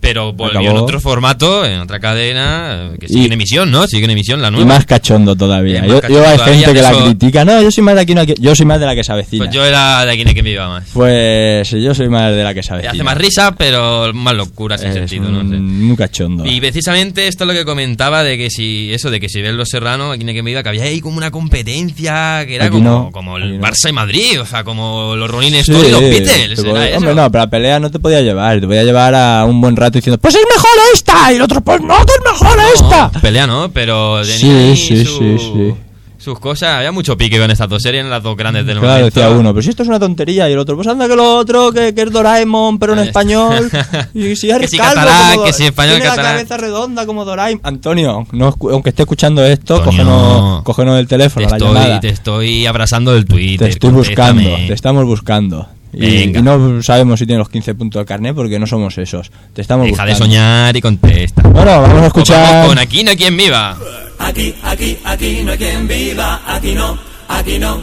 S3: pero volvió en
S2: Acabó.
S3: otro formato, en otra cadena, eh, que sigue
S2: Y-
S3: en emisión, ¿no? Sigue en emisión la
S2: y
S3: nueva.
S2: más cachondo todavía.
S3: Y más
S2: Yo, yo
S3: cachondo
S2: hay
S3: todavía,
S2: gente que
S3: eso-
S2: la critica. No, yo soy más de aquí no hay quien- yo soy más de la que se avecina.
S3: Pues yo era de quien que me iba más.
S2: Pues yo soy más de la que se
S3: Te
S2: avecina.
S3: hace más risa, pero más locura sin
S2: Es
S3: sentido,
S2: un-
S3: ¿no?
S2: Muy cachondo.
S3: Y precisamente esto es lo que comentaba de que si eso de que si ves los serranos aquí en que me iba que había ahí como una competencia que era
S2: Aquí
S3: como,
S2: no,
S3: como
S2: aquí
S3: el
S2: no.
S3: Barça y Madrid, o sea, como los Rolling
S2: Sí,
S3: Stones y los Beatles,
S2: te
S3: era
S2: podía-
S3: eso.
S2: Hombre, no, pero la pelea no te podía llevar. Te podía llevar a un buen rato diciendo, pues es mejor esta. Y el otro, pues no, que es mejor esta.
S3: Pelea, ¿no? Pero tenía
S2: Sí,
S3: ahí
S2: sí,
S3: su-
S2: sí, sí.
S3: sus cosas, había mucho pique con estas dos series, en las dos grandes del
S2: Claro,
S3: momento.
S2: decía uno, pero si esto es una tontería. Y el otro, pues anda que lo otro, que, que es Doraemon, pero en español. Y si es
S3: Que si
S2: calvo
S3: catalán,
S2: como Do-
S3: que si español,
S2: tiene
S3: catalán.
S2: la cabeza redonda como Doraemon. Antonio, no escu- aunque esté escuchando esto,
S3: Antonio,
S2: cógenos, cógenos el
S3: Te
S2: teléfono, la
S3: estoy,
S2: llamada.
S3: te estoy abrazando del Twitter.
S2: Te estoy buscando,
S3: contéstame.
S2: te estamos buscando. Y,
S3: Venga.
S2: y no sabemos si tiene los 15 puntos de carnet porque no somos esos. Te estamos
S3: Deja de
S2: buscando.
S3: soñar y contesta.
S2: Bueno, vamos a escuchar.
S3: Con aquí no hay quien viva.
S15: Aquí, aquí, aquí no hay quien viva, aquí no, aquí no.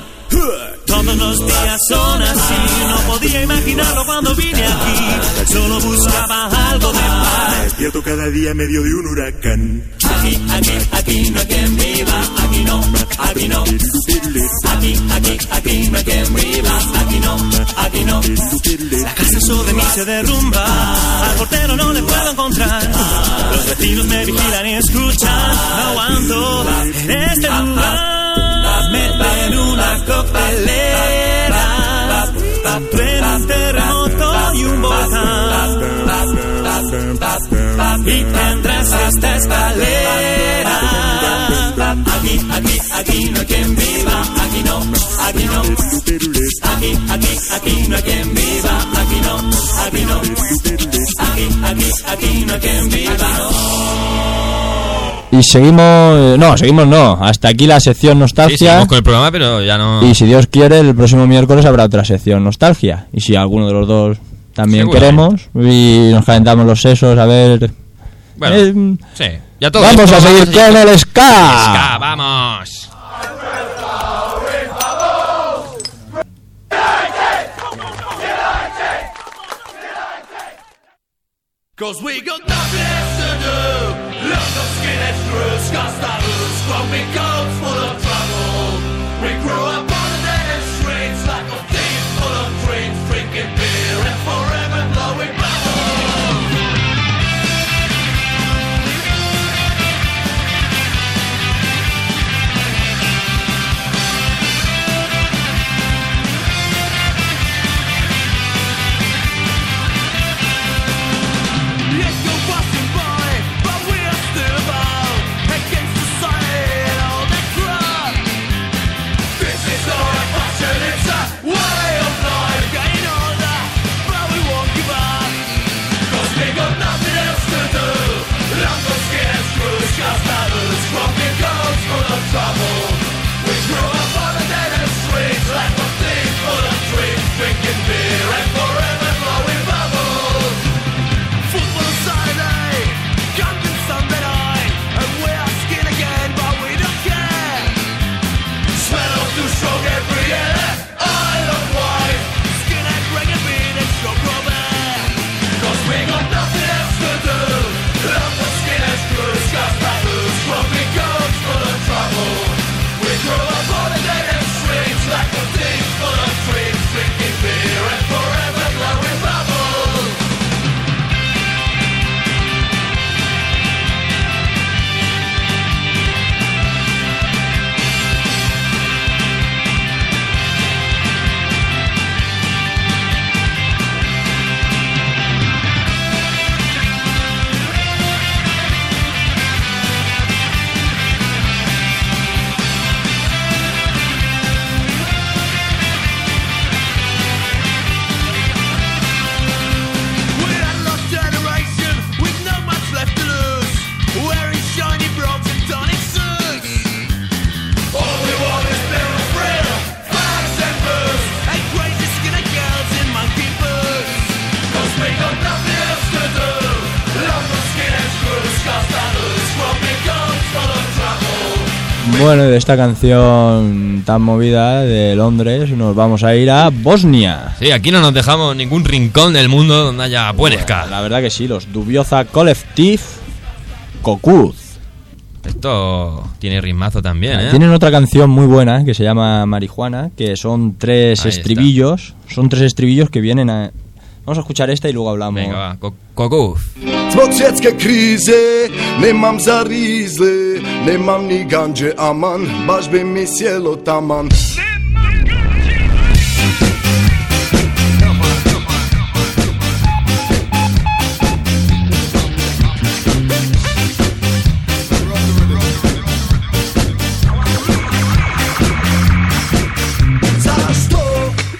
S15: Todos los días son así, no podía imaginarlo cuando vine aquí. Solo buscaba algo de paz.
S16: Despierto cada día en medio de un huracán.
S15: Aquí, aquí, aquí no hay quien viva, aquí no, aquí no. Aquí, aquí, aquí no hay quien viva, aquí no, aquí no. La casa sobre mí se derrumba, al portero no le puedo encontrar. Los vecinos me vigilan y escuchan, no aguanto en este lugar. Meto en una coctelera, meto en un terremoto y un volcán.
S1: y tendrás esta escalera. Aquí, aquí, aquí no hay quien viva, aquí no, aquí no. Aquí, aquí, aquí no hay quien viva, aquí no, aquí no. Aquí, aquí, aquí no hay quien viva,
S2: Y seguimos, eh, no, seguimos no. Hasta aquí la sección
S3: Sí,
S2: nostalgia.
S3: seguimos con el programa, pero ya no.
S2: Y si Dios quiere, el próximo miércoles habrá otra sección nostalgia. Y si alguno de los dos también queremos
S3: Seguramente.
S2: y nos calentamos los sesos, a ver.
S3: Bueno,
S2: Eh,
S3: sí. Ya todo
S2: vamos
S3: esto,
S2: a seguir con el ska.
S3: Ska, vamos.
S1: Cause we got nothing to do. Look of skinhead screws, cast our roots when we comes full of trouble. We grew up on the dead streets like a thief full of dreams, drinking beer and forever blowing bubbles. Drinking beer and forever blowing bubbles Football Saturday, Camden Sunday night, and we're skin again, but we don't care. Smell of too strong every year. I love white, skin and reggae beat and strong rubber. 'Cause we got nothing else to do. Love the skin and screws, cause taboos, what we got full of trouble. We grow up on the dead and streets like a thief full of dreams, drinking beer and forever blowing bubbles.
S17: no
S2: Bueno, y de esta canción tan movida de Londres, nos vamos a ir a Bosnia.
S3: Sí, aquí no nos dejamos ningún rincón del mundo donde haya buen ska.
S2: La verdad que sí, los Dubioza Collective Kokuz.
S3: Esto tiene ritmazo también, ¿eh?
S2: Tienen otra canción muy buena eh, que se llama Marijuana, que son tres
S3: Ahí está.
S2: estribillos. Son tres estribillos que vienen a. Vamos a escuchar esta y luego hablamos.
S3: Venga, va, co- Kokuz.
S17: Zbog svjetske krize nemam za rizle, nemam ni ganđe aman, baš bi mi sjelo taman. Zašto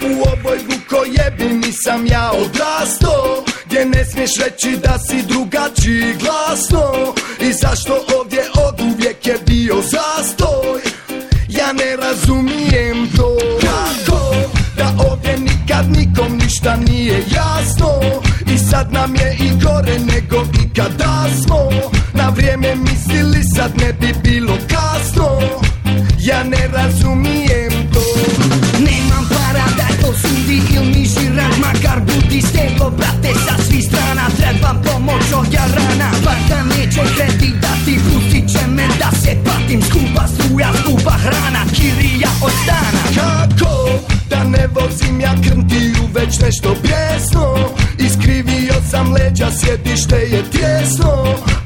S17: u ovoj gukojebi nisam ja odrasto Gdje ne smiješ reći da si drugačiji glasno no. I zašto ovdje od uvijek je bio zastoj Ja ne razumijem to Kako da ovdje nikad nikom ništa nije jasno I sad nam je i gore nego ikada smo Na vrijeme mislili sad ne bi bilo kasno Ja ne razumijem to
S18: Nemam para da to sudi il mi žiram Makar budi stego, brate, sa svih strana Trebam pomoć od jarana Banka neće kredit dati Pustit će me da se patim Skupa struja, skupa hrana Kirija od stana
S17: Kako da ne vozim ja krntiju već nešto pjesno Iskrivio sam leđa, sjedište je tjesno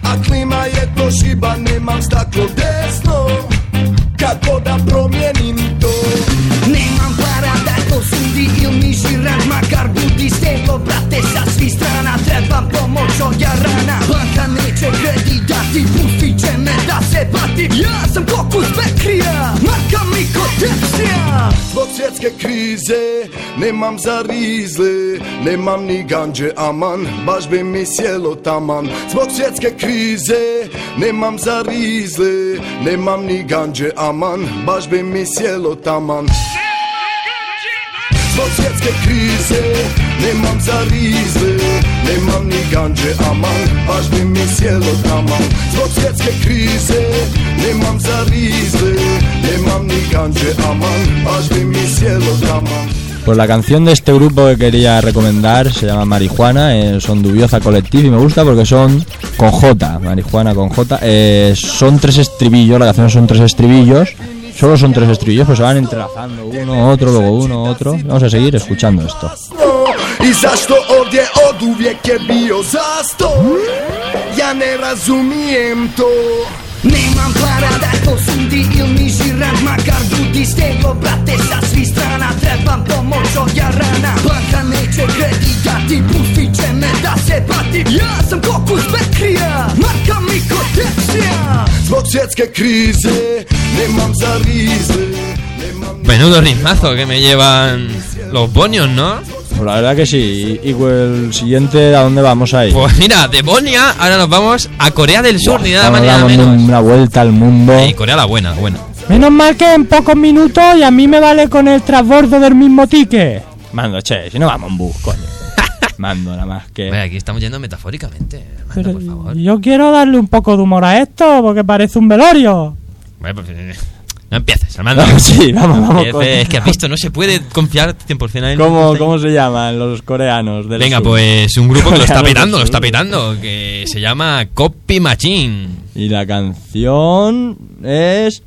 S17: A klima je to šiba, nemam staklo desno Kako da promijenim to
S18: Nemam para da to sudi il mi žiram Makar budi stego, brate, sa svih strana Trebam pomoć od jarana Banka neće
S19: pati Pustit će me da se pati Ja sam pokus bekrija Marka mi kodepsija
S17: Zbog svjetske krize nemam za rizle Nemam ni ganđe aman, baš bi mi sjelo taman Zbog svjetske krize nemam za rizle Nemam ni ganđe aman, baš bi mi sjelo taman Zbog svjetske krize nemam za rizle Nemam ni ganđe aman, baš bi mi sjelo taman Zbog svjetske krize nemam za rizle Nemam ni ganđe aman, baš bi mi sjelo taman
S2: Pues la canción de este grupo que quería recomendar se llama Marijuana, eh, son Dubioza Collective y me gusta porque son con J, Marijuana con J. eh, son tres estribillos, la canción son tres estribillos, solo son tres estribillos, pues se van entrelazando uno, otro, luego uno, otro. Vamos a seguir escuchando esto.
S17: I zašto ovdje od uvijek je bio zasto Ja ne razumijem to
S19: Nemam para
S17: да
S19: da posudi il mi žiram Makar budi steglo, brate, sa svih strana Trebam pomoć od jarana Banka neće kredit
S17: да
S19: dati Pustit će me da se pati Ja sam kokus bekrija Marka mi kodepsija
S17: Zbog svjetske krize Nemam za rizle
S3: Menudo ritmazo que me llevan los bonios, ¿no?
S2: Pues la verdad que sí, y, y el siguiente, ¿a dónde vamos ahí?
S3: Pues mira, de Bonia ahora nos vamos a Corea del Sur, ni nada
S2: Estamos
S3: más ni nada
S2: dando
S3: menos.
S2: una vuelta al mundo.
S3: Y Corea la buena, la buena.
S5: Menos mal que en pocos minutos y a mí me vale con el transbordo del mismo ticket.
S2: Mando, che, si no vamos en bus, coño. Mando nada más que...
S3: Aquí estamos yendo metafóricamente.
S5: Pero yo quiero darle un poco de humor a esto porque parece un velorio.
S3: Bueno, pues, eh, No empieces, Armando.
S2: No, sí, vamos, vamos
S3: Empieces,
S2: con-
S3: Es que has visto, no se puede confiar 100% en él.
S2: ¿Cómo, ¿Cómo se llaman los coreanos? del
S3: Venga,
S2: sur?
S3: pues un grupo que lo está
S2: Coreanos del
S3: petando, lo
S2: sur.
S3: está petando, que se llama Copy Machine.
S2: Y la canción es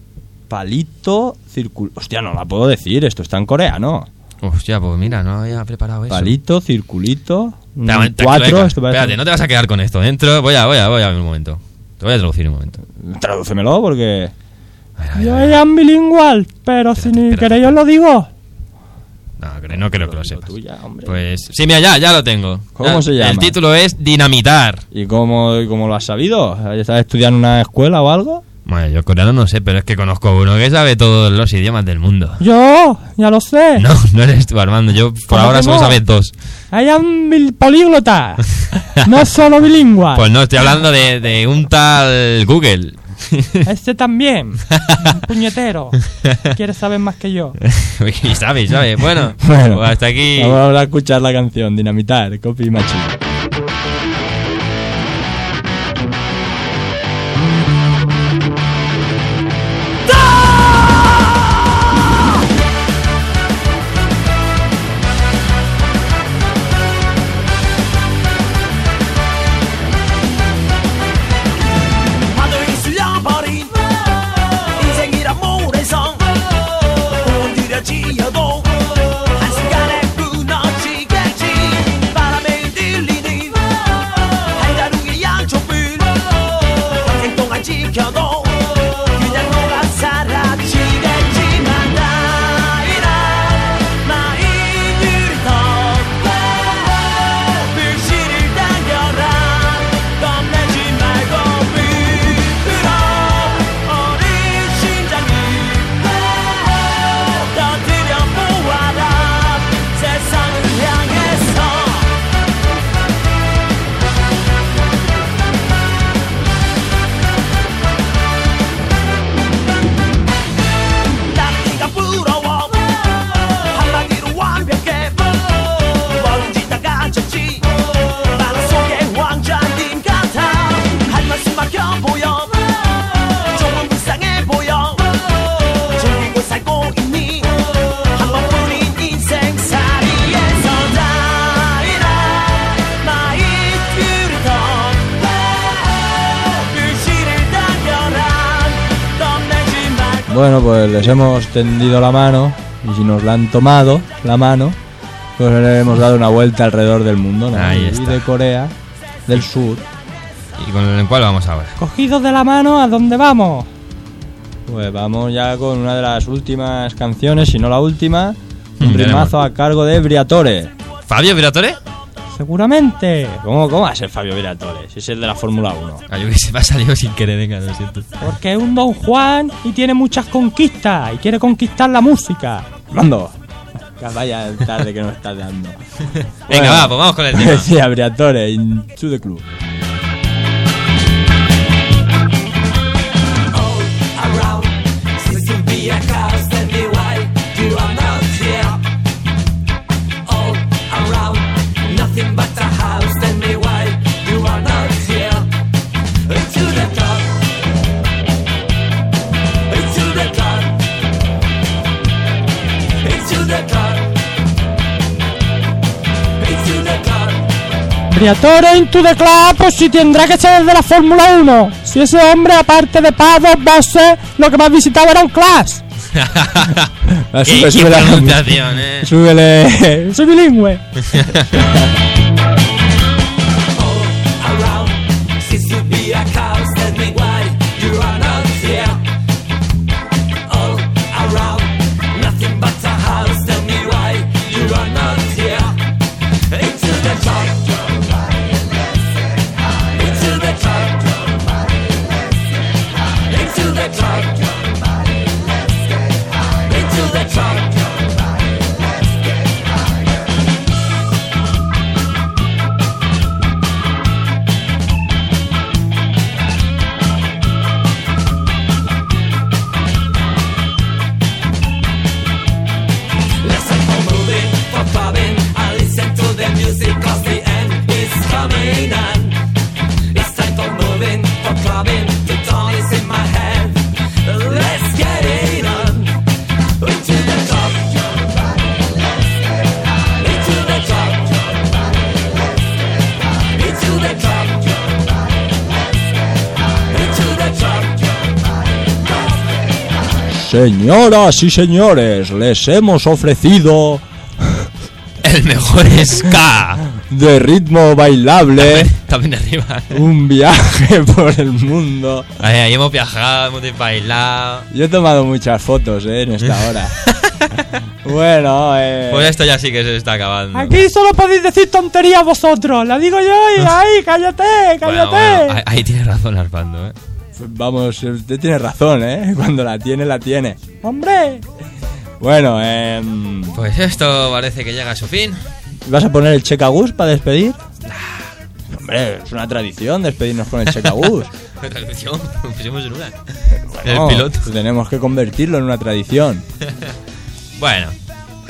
S2: Palito Circular. Hostia, no la puedo decir, esto está en coreano.
S3: Hostia, pues mira, no había preparado eso.
S2: Palito, circulito, un
S3: Espérame, tranquilo,
S2: cuatro.
S3: venga.
S2: Esto parece-
S3: Espérate, no te vas a quedar con esto. Entro, voy a, voy a, voy a un momento. Te voy a traducir un momento.
S2: Tradúcemelo porque.
S5: Yo era un bilingual, pero si ni queréis os lo digo.
S3: No, creo- no creo que lo sepas. pues sí, mira, ya, ya lo tengo.
S2: ¿Cómo
S3: Ya,
S2: se llama?
S3: El título es Dinamitar.
S2: ¿Y cómo, y cómo lo has sabido? ¿Estás estudiando en una escuela o algo?
S3: Bueno, yo coreano no sé, pero es que conozco a uno que sabe todos los idiomas del mundo.
S5: Yo, ya lo sé.
S3: No, no eres tú, Armando. Yo por
S5: ¿Cómo
S3: ahora
S5: que
S3: solo
S5: no?
S3: sabes dos.
S5: Hay un bil- políglota. No solo bilingüe.
S3: Pues no, estoy hablando de, de un tal Google.
S5: Este también. Un puñetero. Quiere saber más que yo.
S3: y sabes, sabes. Bueno,
S2: Bueno,
S3: pues hasta aquí.
S2: Vamos ahora a escuchar la canción Dinamitar, Copy Machine.
S1: 하늘이 인생이란 모래성 온드려지어도 한순간에 무너지겠지 바람에 흔들리는 달다루의 양초불 평생 동안 지켜도 그냥 녹아 사라지겠지만 나이란 나인 유리 덕분 불씨를 당겨라 겁내지 말고 부끄러워린 심장이 떠들여 보아라 세상을 향해서 난 네가 부러워 한마디로 완벽해 멀지 다가졌지 나는 속의 왕자님 같아 할 말씀 막혀 보여 조금 불쌍해 보여 즐기고 살고 있니 한 번뿐인 인생 사이에서 나이라 나이 퓨리던 불씨를 그 당겨라 덤내지 말고
S2: Bueno, pues les hemos tendido la mano y si nos la han tomado la mano, pues le hemos dado una vuelta alrededor del mundo, ¿no?
S3: Ahí
S2: y
S3: está.
S2: de Corea del Sur,
S3: ¿Y con el cual vamos ahora?
S5: Cogidos de la mano, ¿a dónde vamos?
S2: pues vamos ya con una de las últimas canciones, si no la última, un
S3: Mm,
S2: ritmazo a cargo de Briatore.
S3: ¿Fabio Viratore?
S2: Sí,
S5: seguramente.
S2: ¿Cómo, ¿Cómo va a ser Fabio Viratore? Si es el de la Fórmula 1.
S3: Ay, Ah, yo que se me ha salido sin querer, venga, lo siento.
S5: Porque es un Don Juan y tiene muchas conquistas y quiere conquistar la música.
S2: Mando. Vaya tarde que nos estás dando.
S3: Venga, va, pues vamos con el tema.
S2: sí, Briatore, into the club.
S1: around. Seems to be a cause, tell me why you are not here. All around, nothing but a house, tell me why you are not here. Into the club. Into the club. Into the club. Into the club.
S5: Briatore into the club, pues si tendrá que ser de la Fórmula 1. Si ese hombre, aparte de pavos, bosses, lo que más visitaba era un class.
S2: Va,
S3: Qué- qué
S2: la-
S3: pronunciación, eh.
S2: Súbele.
S5: Soy bilingüe.
S1: around Since you be a cow, tell me why you are not here All around, nothing but a house, tell me why you are not here Into the top Into the top Into the top Into the top Listen for moving, for bobbing, and listen to the music cause the end is coming on. It's time for moving, for clubbing, the dawn is in my head. Let's get it on. Into the top. Into the top. Into the top. Into the top.
S2: Señoras y señores, les hemos ofrecido
S3: El mejor ska.
S2: de ritmo
S5: Eh.
S2: bailable
S3: También arriba.
S2: un viaje por el mundo.
S3: Ahí, ahí hemos viajado, hemos bailado.
S2: Yo he tomado muchas fotos eh, en esta hora. bueno, eh,
S3: Pues esto ya sí que se está acabando.
S5: Aquí solo podéis decir tonterías vosotros. La digo yo y ahí, cállate,
S3: Bueno,
S5: cállate.
S3: bueno, ahí, ahí tienes razón Arpando, eh.
S2: Pues vamos, usted tiene razón, ¿eh? Cuando la tiene, la tiene.
S5: Hombre,
S2: Bueno, eh,
S3: Pues esto parece que llega a su fin.
S2: ¿vas a poner el checagus para despedir?
S3: Ah.
S2: Hombre, es una tradición despedirnos con el checagus.
S3: La traducción, pusimos en una.
S2: No,
S3: El piloto.
S2: pues Tenemos que convertirlo en una tradición.
S3: Bueno,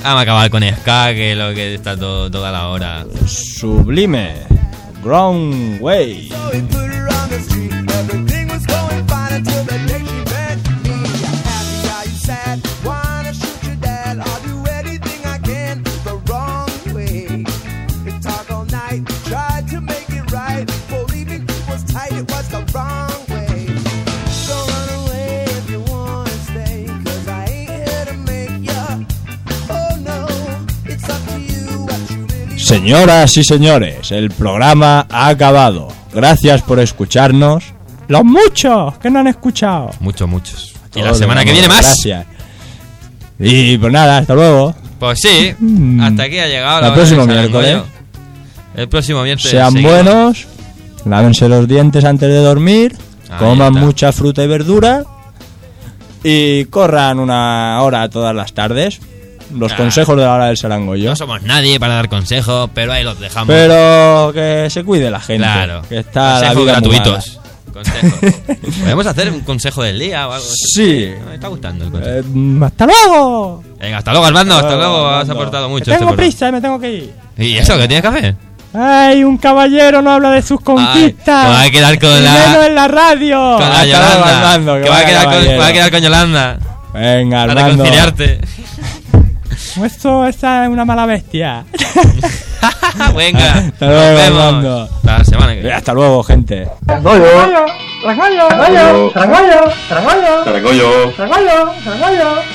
S3: vamos a acabar con Ska, que es lo que está todo, toda la hora.
S2: Sublime. Ground Way.
S20: Everything was going fine until the day she met me. Happy, are you sad? Wanna shoot your dad? I'll do anything I can the wrong way. We talk all night, tried to make it right. Believing it was tight, it was the wrong way. So run away if you wanna stay, 'cause I ain't here to make ya. Oh no, it's up to you what you
S2: Señoras y señores, el programa ha acabado. Gracias por escucharnos.
S5: los muchos que no han escuchado.
S3: Muchos, muchos. Y la
S2: Todos,
S3: semana que viene más.
S2: Gracias. Y pues nada, hasta luego.
S3: Pues sí,
S2: Mm.
S3: hasta aquí ha llegado
S2: Hasta
S3: la
S2: el
S3: hora de
S2: próximo
S3: San
S2: miércoles.
S3: Antonio. El próximo miércoles.
S2: Sean
S3: seguimos.
S2: buenos, lávense los dientes antes de dormir,
S3: Ahí
S2: coman
S3: está.
S2: mucha fruta y verdura y corran una hora todas las tardes. Los
S3: Ah.
S2: consejos de la hora del sarangollo.
S3: No somos nadie para dar consejos, pero ahí los dejamos.
S2: Pero que se cuide la gente.
S3: Claro.
S2: Que está la
S3: Consejos
S2: vida muy
S3: gratuitos.
S2: mala.
S3: Consejos. Podemos hacer un consejo del día o algo.
S2: Sí.
S3: Me está gustando el consejo.
S2: Eh,
S5: ¡Hasta luego!
S3: Venga, hasta luego, Armando. Hasta
S2: Hasta luego,
S3: luego. Has
S2: Armando.
S3: aportado
S5: Que
S3: mucho. a este
S5: tengo
S3: programa.
S5: prisa y me tengo que ir.
S3: ¿Y eso? ¿Que tienes café?
S5: Ay, un caballero no habla de sus conquistas.
S3: que va a quedar con
S5: Y
S3: la-
S5: menos en la radio. Ah,
S3: Con la
S2: hasta luego, Armando,
S3: Yolanda.
S2: que
S3: Que va a
S2: vaya
S3: quedar con-
S2: caballero.
S3: va a quedar con Yolanda.
S2: Venga,
S3: Para
S2: Armando.
S3: reconciliarte.
S5: Eso, esa es una mala bestia.
S3: Venga.
S2: Hasta luego,
S3: nos vemos.
S2: Armando.
S3: La semana que viene.
S2: Eh, Hasta luego, gente.
S5: Trangoyo, trangoyo, trangoyo, trangoyo,
S11: Cargollo.
S5: trangoyo, trangoyo.